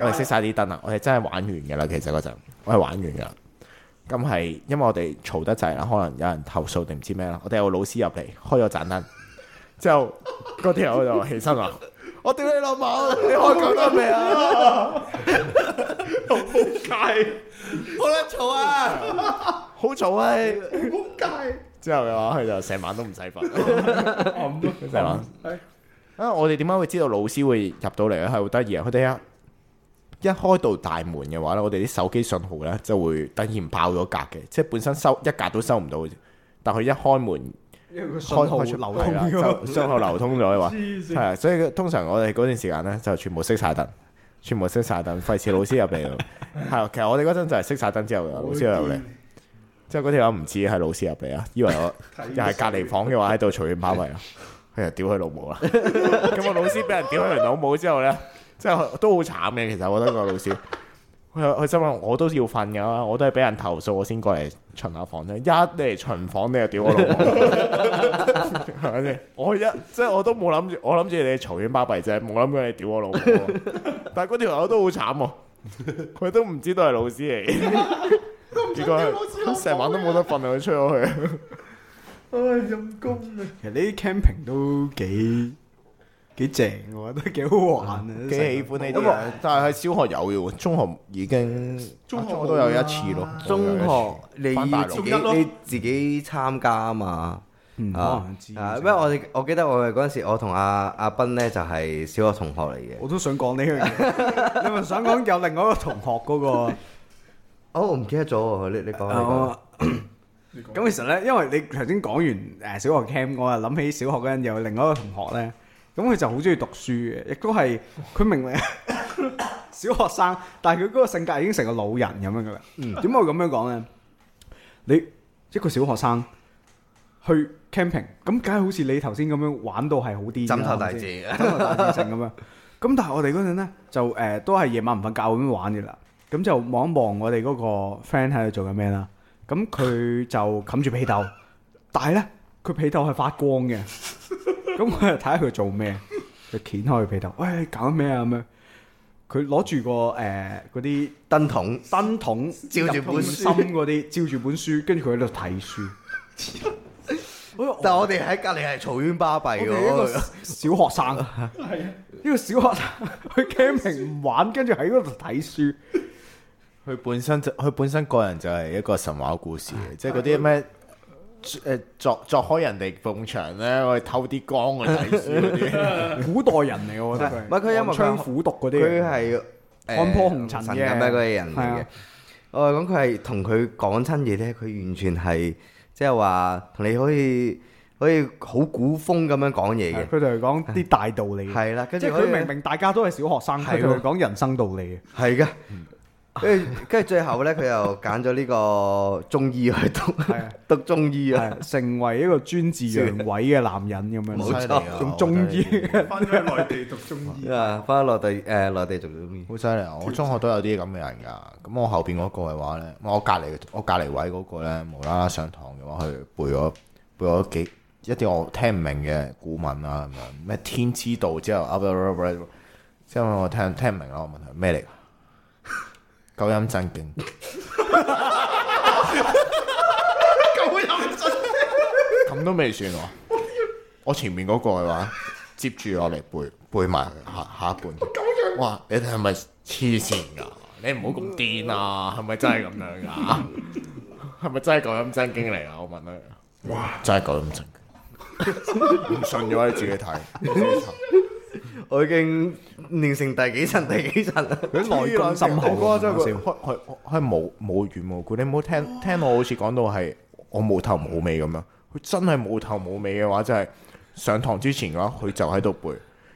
Speaker 3: 我哋熄晒啲燈啦。我哋真係玩完嘅啦，其實嗰陣我係玩完噶啦。咁係因為我哋嘈得滯啦，可能有人投訴定唔知咩啦。我哋有老師入嚟開咗盞燈，之後嗰條友就起身話：我屌你老母！你開夠燈未啊？
Speaker 2: 好啦，嘈啊！
Speaker 3: 好早啊！好街。之後嘅話，佢就成晚都唔使
Speaker 5: *laughs*
Speaker 3: 瞓。
Speaker 1: 咁
Speaker 3: 係嘛
Speaker 1: 係
Speaker 3: 啊！我哋點解會知道老師會入到嚟咧？係好得意啊！佢哋一一開到大門嘅話咧，我哋啲手機信號咧就會突然爆咗格嘅，即係本身收一格都收唔到嘅啫。但佢一開門
Speaker 5: 因為個
Speaker 3: 開
Speaker 5: 信號
Speaker 3: 開出
Speaker 5: 流通
Speaker 3: 係啦
Speaker 5: 㗎嘛
Speaker 3: 就信號流通咗嘅話，
Speaker 1: 黐線
Speaker 3: 係啊，所以通常我哋嗰段時間咧就全部熄晒燈，全部熄晒燈，費事老師入嚟。係啊，其實我哋嗰陣就係熄晒燈之後，老師入嚟。之後嗰條友唔知係老師入嚟啊，以為我又係隔離房嘅話喺度隨便跑位啊，佢就屌佢老母啦。咁個老師俾人屌佢完老母之後咧，即係都好慘嘅。其實我覺得個老師，佢佢心諗我都要瞓噶，我都係俾人投訴我先過嚟巡下房啫。一你嚟巡房你就屌我老母，係咪先？ *laughs* 我一即係我都冇諗住，我諗住你嘈冤巴閉啫，冇諗過你屌我老母啊。 *laughs* 但係嗰條友都好慘喎，佢都唔知道係老師嚟。 *laughs* 結果佢成晚都冇得瞓啊！佢出咗去，
Speaker 1: 唉，陰公啊！ *laughs*
Speaker 5: 其實呢啲 camping 都幾幾正嘅，我覺得幾好玩啊！
Speaker 3: *laughs* 幾喜歡呢啲啊！但係喺小學有嘅喎，中學已經
Speaker 1: 中學
Speaker 3: 啊都有一次咯。
Speaker 2: 中學你
Speaker 3: 翻哦大陸
Speaker 2: 自己
Speaker 1: 中一咯
Speaker 2: 你自己參加啊嘛。
Speaker 5: 嗯，可
Speaker 2: 啊
Speaker 5: 能知
Speaker 2: 啊！因為我哋我記得我哋嗰陣時，我同阿阿斌咧就係小學同學嚟嘅。
Speaker 5: 我都想講呢樣嘢， *laughs* 你咪想講有另外一個同學嗰個？
Speaker 2: 哦，我唔記得咗喎，你你講你講。
Speaker 5: 啊我 *clears throat* 咁其實咧，因為你頭先講完誒小學 camp，我啊諗起小學嗰陣有另外一個同學咧，咁佢就好中意讀書嘅，亦都係佢明 *coughs* 明小學生，但係佢嗰個性格已經成個老人咁樣噶啦。
Speaker 2: 嗯
Speaker 5: 點解會咁樣講咧？你一個小學生去 camping，咁梗係好似你頭先咁樣玩到係好啲啦，
Speaker 2: 枕頭大
Speaker 5: 係咪先
Speaker 2: 戰
Speaker 5: 咁啊大戰咁樣。咁但係我哋嗰陣咧就誒、呃都係夜晚唔瞓覺咁樣玩嘅啦。咁就望一望我哋嗰個 friend 喺度做緊咩啦。咁佢就冚住被竇，但係咧佢被竇係發光嘅。咁我就睇下佢做咩，就掀開佢被竇，喂你搞緊咩啊咁樣。佢攞住個誒嗰啲
Speaker 2: 燈筒
Speaker 5: 燈筒
Speaker 2: 照住本書
Speaker 5: 心嗰啲，照住本書，跟住佢喺度睇書。我話
Speaker 2: 但係我哋喺隔離係嘈冤巴閉
Speaker 5: 我
Speaker 2: 嘅
Speaker 5: 哋一個
Speaker 2: 喎，
Speaker 5: 小學生，呢個小學生 *laughs* 去 camping 唔玩，跟住喺嗰度睇書，
Speaker 3: 佢本身就佢本身個人就係一個神話故事嘅，即係嗰啲咩誒作作開人哋埲牆咧，我哋偷啲光去睇書嗰 *laughs* 啲。
Speaker 5: 古代人嚟，我覺得
Speaker 2: 唔係佢因為佢
Speaker 5: 槍苦毒嗰啲，
Speaker 2: 佢係
Speaker 5: 看破紅塵嘅
Speaker 2: 咁樣嗰啲人嚟
Speaker 5: 係
Speaker 2: 嘅
Speaker 5: 啊。
Speaker 2: 我係講佢係同佢講親嘢咧，佢完全係即係話同你可以可以好古風咁樣講嘢嘅。
Speaker 5: 佢就係講啲大道理，
Speaker 2: 係啦，跟
Speaker 5: 即
Speaker 2: 住
Speaker 5: 係
Speaker 2: 可以
Speaker 5: 佢明明大家都係小學生，佢
Speaker 2: 係喎
Speaker 5: 就係講人生道
Speaker 2: *laughs*
Speaker 5: 理嘅。
Speaker 2: 係嘅。跟住跟住最後咧，佢又揀咗呢個中醫去讀
Speaker 5: 係
Speaker 2: *laughs*
Speaker 5: 啊，
Speaker 2: 讀中醫啊。
Speaker 5: 係成為一個專治陽痿嘅男人咁樣，
Speaker 2: 冇錯
Speaker 5: 仲中醫，
Speaker 1: 翻咗去內地讀中醫，
Speaker 2: 啊，翻落地誒內地做中醫。
Speaker 3: 好犀利啊！我中學都有啲咁嘅人㗎。咁我後邊嗰個嘅話咧，我隔離我隔離位嗰個咧，無啦啦上堂嘅話，佢背咗背咗幾一啲我聽唔明嘅古文啊，咁樣咩天之道之後，啊不不不不之後我聽聽唔明啦，我問佢咩嚟㗎？ *laughs* 九陰真經。咁都未算喎。我前面嗰個嘅話， *laughs* 接住我嚟背背埋下下一半。哇！你哋係咪黐線㗎？你唔好咁癲啊！係咪真係咁樣㗎？ *laughs* 係咪真係九陰真經嚟啊？我問佢。哇！真係九陰真經，唔信嘅話你自己睇。
Speaker 2: 我已經練成第幾層第幾層啦。
Speaker 5: 佢內功深厚
Speaker 3: 我
Speaker 5: 啊，
Speaker 3: 覺得真係
Speaker 5: 講
Speaker 3: 佢佢佢係無無緣無故，你唔好聽聽我好似講到係我冇頭冇尾咁樣。佢真係冇頭冇尾嘅話，就係上堂之前嘅話，佢就喺度背。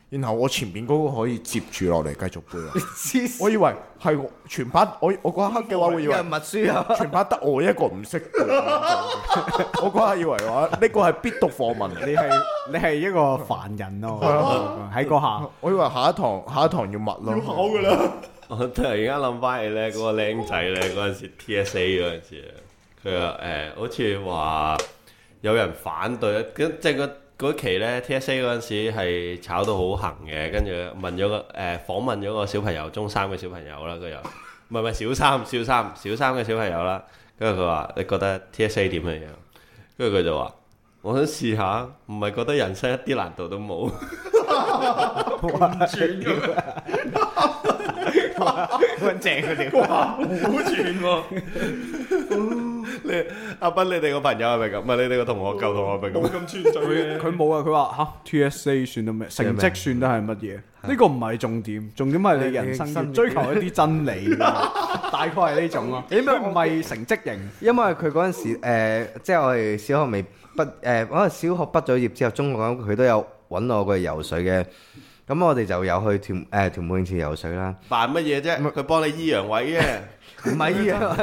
Speaker 3: 然後我前邊嗰個可以接住落嚟繼續背啊！
Speaker 2: 黐
Speaker 3: *laughs*
Speaker 2: 線
Speaker 3: 我以為係我全班，我我嗰一刻嘅話，我以
Speaker 2: 有
Speaker 3: 為
Speaker 2: 人默書啊！
Speaker 3: 全班得我一個唔識背。 *laughs* 我嗰刻以為話呢個係必讀課文嚟。
Speaker 5: 你係你係一個凡人咯，喺嗰下。
Speaker 3: 我以為下一堂下一堂要默咯，
Speaker 1: 考噶啦。
Speaker 6: 我突然間諗翻起咧，嗰、個僆仔咧嗰陣時 TSA 嗰陣時啊，佢話誒好似話有人反對，跟即係嗰嗰期咧 TSA 嗰陣時係炒到好行嘅，跟住問咗個誒、訪問咗個小朋友，中三嘅小朋友啦，佢又唔係唔係小三小三小三嘅小朋友啦，跟住佢話你覺得 TSA 點樣樣？跟住佢就話我想試下，唔係覺得人生一啲難度都冇。好串喎！你阿斌，你哋個朋友係咪咁？唔係你哋個同學舊同學係咪
Speaker 1: 冇
Speaker 6: 咁？
Speaker 1: 咁穿
Speaker 5: *laughs*
Speaker 1: 嘴嘅。
Speaker 5: 佢冇啊！佢話吓 TSA 算到咩？成績算得係乜嘢？呢個唔係重點，重點係你人生要追求一啲真 *laughs* 理，大概係呢種啊。你咩唔係成績型？
Speaker 2: 因為佢嗰陣時、呃、即係我哋小學未畢誒，我、陣小學畢咗業之後，中學咁佢都有揾我過去游水嘅。咁我哋就有去屯誒、呃、屯門泳池游水啦。
Speaker 6: 扮乜嘢啫？佢幫你醫陽痿嘅，
Speaker 2: 唔係啊，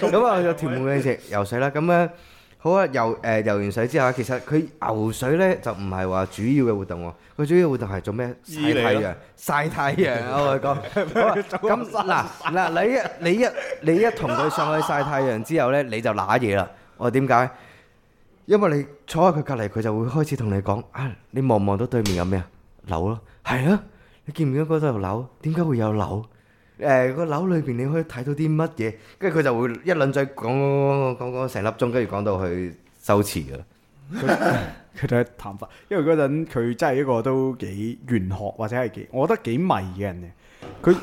Speaker 2: 咁啊就屯門泳池游水啦。咁咧好啊，游誒、呃游完水之後，其實佢游水咧就唔係話主要嘅活動喎，佢主要活動係做咩？
Speaker 6: 醫你
Speaker 2: 曬
Speaker 6: 咯
Speaker 2: 太陽，曬太陽啊！我哋講咁嗱嗱，你一你一你一同佢上去曬太陽之後咧，你就揦嘢啦。我話點解？因為你坐喺佢隔離，佢就會開始同你講啊，你望唔望到對面有咩啊？樓咯，係啊，你見唔見到嗰度有樓？點解會有樓？誒、個樓裏邊你可以睇到啲乜嘢？跟住佢就會一輪嘴講講講講講成粒鐘，跟住講到去收池噶啦。
Speaker 5: 佢就係談法，因為嗰陣佢真係一個都幾玄學或者係幾，我覺得幾迷嘅人嚟。佢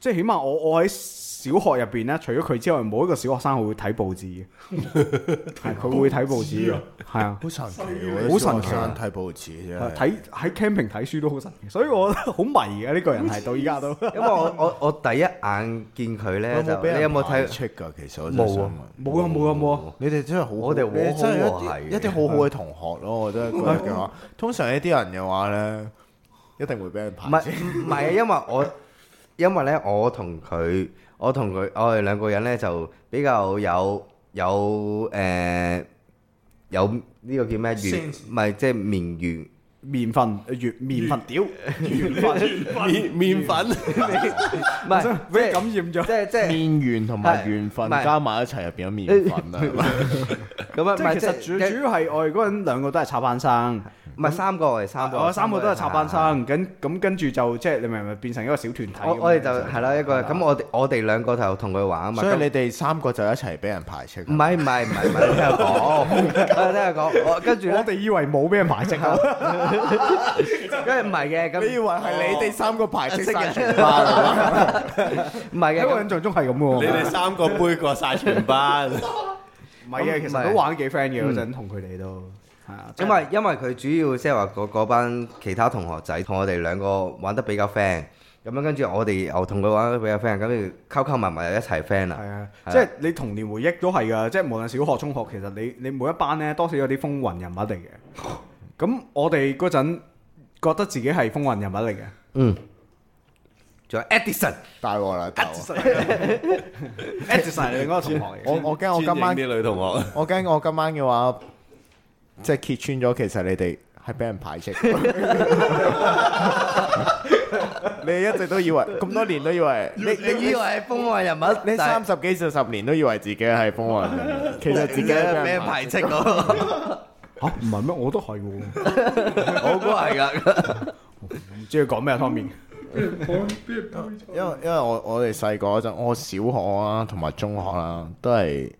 Speaker 5: 即係起碼我我喺小學入邊咧，除咗佢之外，冇一個小學生會睇報紙嘅， *laughs* 係佢會睇報紙嘅，係啊。
Speaker 3: 好神奇
Speaker 5: 喎
Speaker 3: 喎！
Speaker 5: 好神奇啊
Speaker 3: 睇報紙啫。
Speaker 5: 睇喺 camping 睇書都好神奇，所以我覺 *laughs* 得好迷嘅呢個人係到依家
Speaker 2: *laughs*
Speaker 5: 都。
Speaker 2: 因為我我我第一眼見佢咧，
Speaker 3: 有
Speaker 2: 就
Speaker 3: 冇俾
Speaker 2: 你有
Speaker 3: 人
Speaker 2: 冇
Speaker 3: 排
Speaker 2: 睇？
Speaker 3: 斥㗎？其實我真係
Speaker 2: 冇
Speaker 3: 想
Speaker 2: 啊
Speaker 3: 問，
Speaker 5: 冇啊冇啊冇啊！
Speaker 3: 你哋真係好好，
Speaker 2: 我哋
Speaker 3: 你哋真
Speaker 2: 好好
Speaker 3: 係啊
Speaker 2: 係
Speaker 3: 一啲一啲好好嘅同學咯。我真係覺得嘅話，通常呢啲人嘅話咧，一定會俾人
Speaker 2: 唔
Speaker 3: 排
Speaker 2: 係
Speaker 3: 斥。
Speaker 2: 唔係，因為我因為咧，我同佢，我同佢，我哋兩個人咧就比較有有誒、呃有呢個叫咩緣，
Speaker 1: Sense
Speaker 2: 唔係即係面緣。
Speaker 5: 麵粉月麵粉屌，麵
Speaker 2: *laughs*
Speaker 5: 粉
Speaker 6: *laughs* 麵麵粉
Speaker 2: 唔係
Speaker 5: 俾人
Speaker 2: 即係
Speaker 5: 感染咗。
Speaker 2: 即係
Speaker 3: *laughs*
Speaker 2: 即係
Speaker 3: 面緣同埋緣分
Speaker 2: 係
Speaker 3: 加埋一齊，入邊有面粉啊！
Speaker 2: 咁啊！
Speaker 5: 即係
Speaker 2: 唔係
Speaker 5: 其實主
Speaker 2: 即係
Speaker 5: 主要係我哋嗰陣兩個都係插班生，
Speaker 2: 唔係三個，我哋三個，
Speaker 5: 我三個都係插班
Speaker 2: 係。係係
Speaker 5: 生，咁咁跟住就即係你明唔明變成一個小團體咁樣？
Speaker 2: 我我哋就係啦一個，咁我哋我哋兩個就同佢玩啊嘛。
Speaker 3: 所以
Speaker 2: 咁
Speaker 3: 你哋三個就一齊俾人排斥。
Speaker 2: 唔係唔係唔係唔係，聽我講，我聽我講，我跟住
Speaker 5: 我
Speaker 2: 咧，
Speaker 5: 哋以為冇俾人排斥啊！
Speaker 2: 跟住唔係嘅，
Speaker 3: 你以
Speaker 2: 咁哦
Speaker 3: 為係你哋三個排斥晒全
Speaker 2: *laughs* 唔係嘅
Speaker 5: 喺我
Speaker 2: 咁
Speaker 5: 印象中係咁嘅
Speaker 6: 你哋
Speaker 5: 喎。
Speaker 6: 三個杯過晒全班，
Speaker 5: 唔係嘅，其實都玩得幾 friend 嘅嗰陣，同佢哋都係啊。
Speaker 2: 因為因為佢主要即係話嗰嗰班其他同學仔同我哋兩個玩得比較 friend，咁樣跟住我哋又同佢玩得比較 friend，咁就溝溝埋埋又一齊 friend 啦。
Speaker 5: 係啊，
Speaker 2: 係啊
Speaker 5: 即係你童年回憶都係噶，即係無論小學、中學，其實你你每一班咧，多少有啲風雲人物嚟嘅。咁我哋嗰陣覺得自己係風雲人物嚟嘅，
Speaker 2: 嗯，仲有 Edison，
Speaker 3: *laughs* 大鑊啦！大鑊
Speaker 5: 一直係另一個同學嚟
Speaker 3: 我
Speaker 5: 嘅。
Speaker 3: 我驚我今晚
Speaker 6: 專影啲女同學，
Speaker 3: *laughs* 我驚我今晚嘅話，即係揭穿咗，其實你哋係俾人排
Speaker 2: *laughs*
Speaker 3: 斥。你一直都以為咁多年都以為
Speaker 2: 你你以為係風雲人物？
Speaker 3: 呢
Speaker 2: 但係
Speaker 3: 三十幾四十年都以為自己係風雲人物，其實自己係俾人排。
Speaker 2: 斥咯，
Speaker 5: *laughs* 嚇唔係咩？我都係喎，唔
Speaker 2: *laughs* 我估
Speaker 3: *laughs*
Speaker 2: 係噶。
Speaker 5: 知佢講咩啊，Tommy。
Speaker 3: 因
Speaker 2: 嗯
Speaker 3: 為因為我我哋細個嗰陣，我小學啊同埋中學啦，都係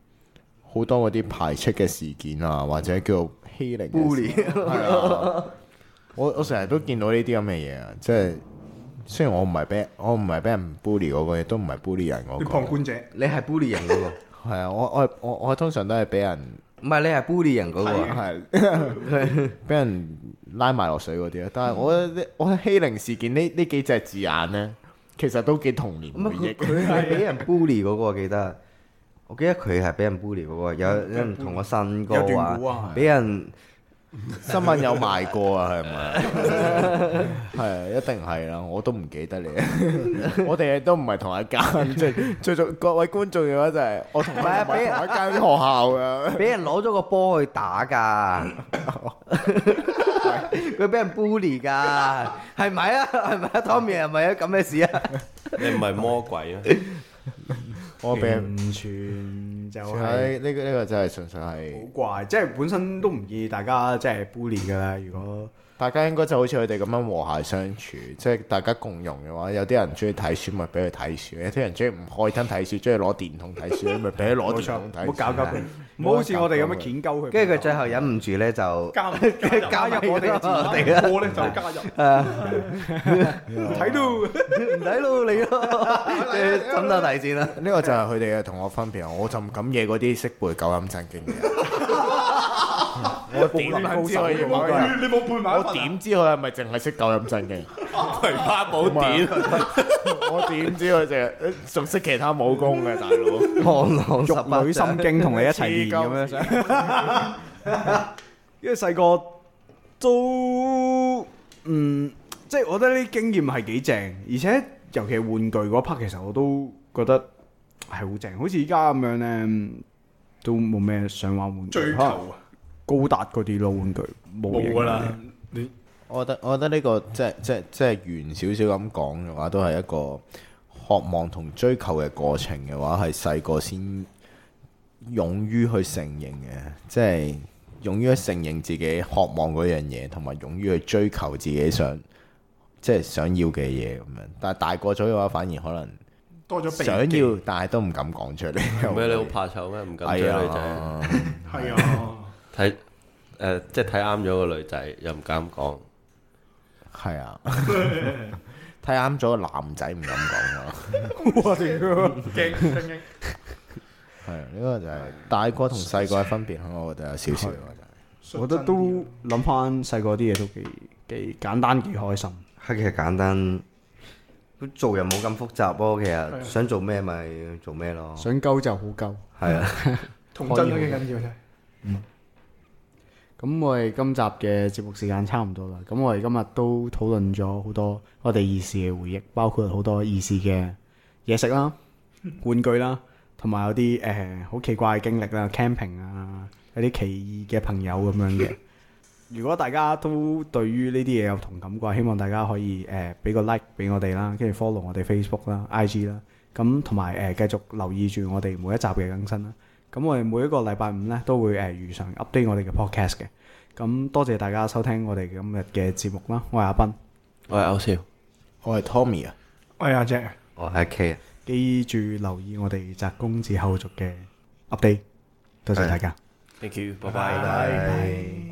Speaker 3: 好多嗰啲排斥嘅事件啊，或者叫欺凌嘅事。係啊，我我成日都見到呢啲咁嘅嘢啊，即係雖然我唔係俾我唔係俾人 bully 嗰個，亦都唔係 bully 人嗰
Speaker 1: 啲旁
Speaker 3: 個，
Speaker 1: 觀者
Speaker 2: 你係 bully 型嗰個，
Speaker 3: 係啊，我我我我通常都係俾人
Speaker 2: 唔係你係 bully 人嗰個啊，
Speaker 3: 係 *laughs* 俾人拉埋落水嗰啲啊。但係我覺得呢我欺凌事件呢呢幾隻字眼咧，其實都幾童年
Speaker 2: 咁啊
Speaker 3: 回
Speaker 2: 佢
Speaker 3: 憶。
Speaker 2: 佢係俾人 bully 嗰個，我記得。我記得佢係俾人 bully 嗰個，有有人同我呻
Speaker 1: 有
Speaker 2: 過
Speaker 1: 段故
Speaker 2: 話，
Speaker 1: 啊，
Speaker 2: 俾人
Speaker 3: 新聞有賣過啊，係咪？係一定係啦，我都唔記得你。 *laughs* 我哋都唔係同一間， *laughs* 即係最重各位觀眾嘅話就係我同你唔係同一間學校
Speaker 2: *laughs*
Speaker 3: 嘅。
Speaker 2: 俾人攞咗個波去打㗎，佢俾人 bully 㗎，係咪啊？係咪啊？Tommy 係咪啊？咁嘅事啊？
Speaker 6: 你唔係魔鬼啊！
Speaker 3: 我俾人
Speaker 5: 完全就係
Speaker 3: 係呢個呢個真係純粹係
Speaker 5: 好。怪，即係本身都唔建議大家即係 bully 噶啦。如果
Speaker 3: 大家應該就好似佢哋咁樣和諧相處，即係大家共融嘅話，有啲人中意睇書咪俾佢睇書，有啲人中意唔開燈睇書，中意攞電筒睇書，咪俾佢攞電筒睇書。啊
Speaker 5: 唔好搞搞佢，唔好好似我哋咁樣鉗鳩佢。
Speaker 2: 跟住佢最後忍唔住咧就，
Speaker 1: 加入加入我哋嘅字眼，我咧啊就加 *laughs* 入。
Speaker 5: 嗯
Speaker 1: 睇到
Speaker 2: 唔睇咯你咯，枕頭底先啦。
Speaker 3: 呢個就係佢哋嘅同我分別，我就唔敢惹嗰啲識背九陰真經嘅人。我點撚知佢
Speaker 1: 你冇你冇背埋一份
Speaker 3: 我
Speaker 1: 啊
Speaker 3: 點知佢係咪淨係識九陰真經？
Speaker 6: 葵花寶典，
Speaker 3: 我點知佢淨係仲識其他武功嘅大佬？
Speaker 2: 螳螂十八
Speaker 5: 玉女心
Speaker 2: 掌，
Speaker 5: 經同你一齊練咁樣。 *laughs* 因為細個都嗯，即係我覺得呢啲經驗係幾正，而且尤其係玩具嗰 part，其實我都覺得係好正。好似而家咁樣咧，都冇咩想玩玩具，
Speaker 1: 追
Speaker 5: 可能
Speaker 1: 求啊，
Speaker 5: 高達嗰啲咯，玩具冇
Speaker 1: 冇噶啦。你
Speaker 3: 我覺得我覺得呢、個即係即係即係遠少少咁講嘅話，都係一個渴望同追求嘅過程嘅話，係細個先勇於去承認嘅，即係勇於去承認自己渴望嗰樣嘢，同埋勇於去追求自己想即係想要嘅嘢咁樣。但係大個咗嘅話，反而可能
Speaker 1: 多咗避
Speaker 3: 想
Speaker 1: 忌
Speaker 3: 要，但係都唔敢講出
Speaker 2: 啊
Speaker 3: 嚟。
Speaker 6: *laughs* 咩你好怕醜咩？唔敢
Speaker 3: *laughs*
Speaker 6: 追
Speaker 3: 係
Speaker 6: 女仔，
Speaker 3: 啊，
Speaker 1: 係啊，
Speaker 6: 睇誒即係睇啱咗個女仔，又唔敢講。
Speaker 3: 係啊， *laughs* 睇啱咗個男仔唔敢講咯。
Speaker 5: 我哋
Speaker 1: 驚驚驚。
Speaker 3: 係呢個就係大個同細個嘅分別，我覺得有少少。
Speaker 5: 我覺得都諗翻細個啲嘢都幾幾簡單幾開心。
Speaker 2: 係其實簡單，做人冇咁複雜咯。其實想做咩咪做咩咯，
Speaker 5: 想鳩就好鳩。
Speaker 2: 係啊。
Speaker 1: 童真都幾緊要啫。
Speaker 5: 咁我哋今集嘅節目時間差唔多啦。咁我哋今日都討論咗好多我哋兒時嘅回憶，包括好多兒時嘅嘢食啦、玩具啦，同埋有啲誒好奇怪嘅經歷啦，camping 啊，有啲奇異嘅朋友咁樣嘅。如果大家都對於呢啲嘢有同感嘅話，希望大家可以誒俾、個 like 俾我哋啦，跟住 follow 我哋 Facebook 啦、IG 啦，咁同埋呃誒繼續留意住我哋每一集嘅更新啦。咁我哋每一個禮拜五咧都會誒如常 update 我哋嘅 podcast 嘅。咁多謝大家收聽我哋今日嘅節目啦，我係阿斌，
Speaker 6: 我係歐少。
Speaker 3: 我係 Tommy 啊，
Speaker 1: 我係阿 Jack 啊。
Speaker 2: 我係 K 啊，
Speaker 5: 記住留意我哋宅公子後續嘅 update，多謝大家。
Speaker 6: Thank you，拜
Speaker 2: 拜
Speaker 6: 拜。
Speaker 2: 拜。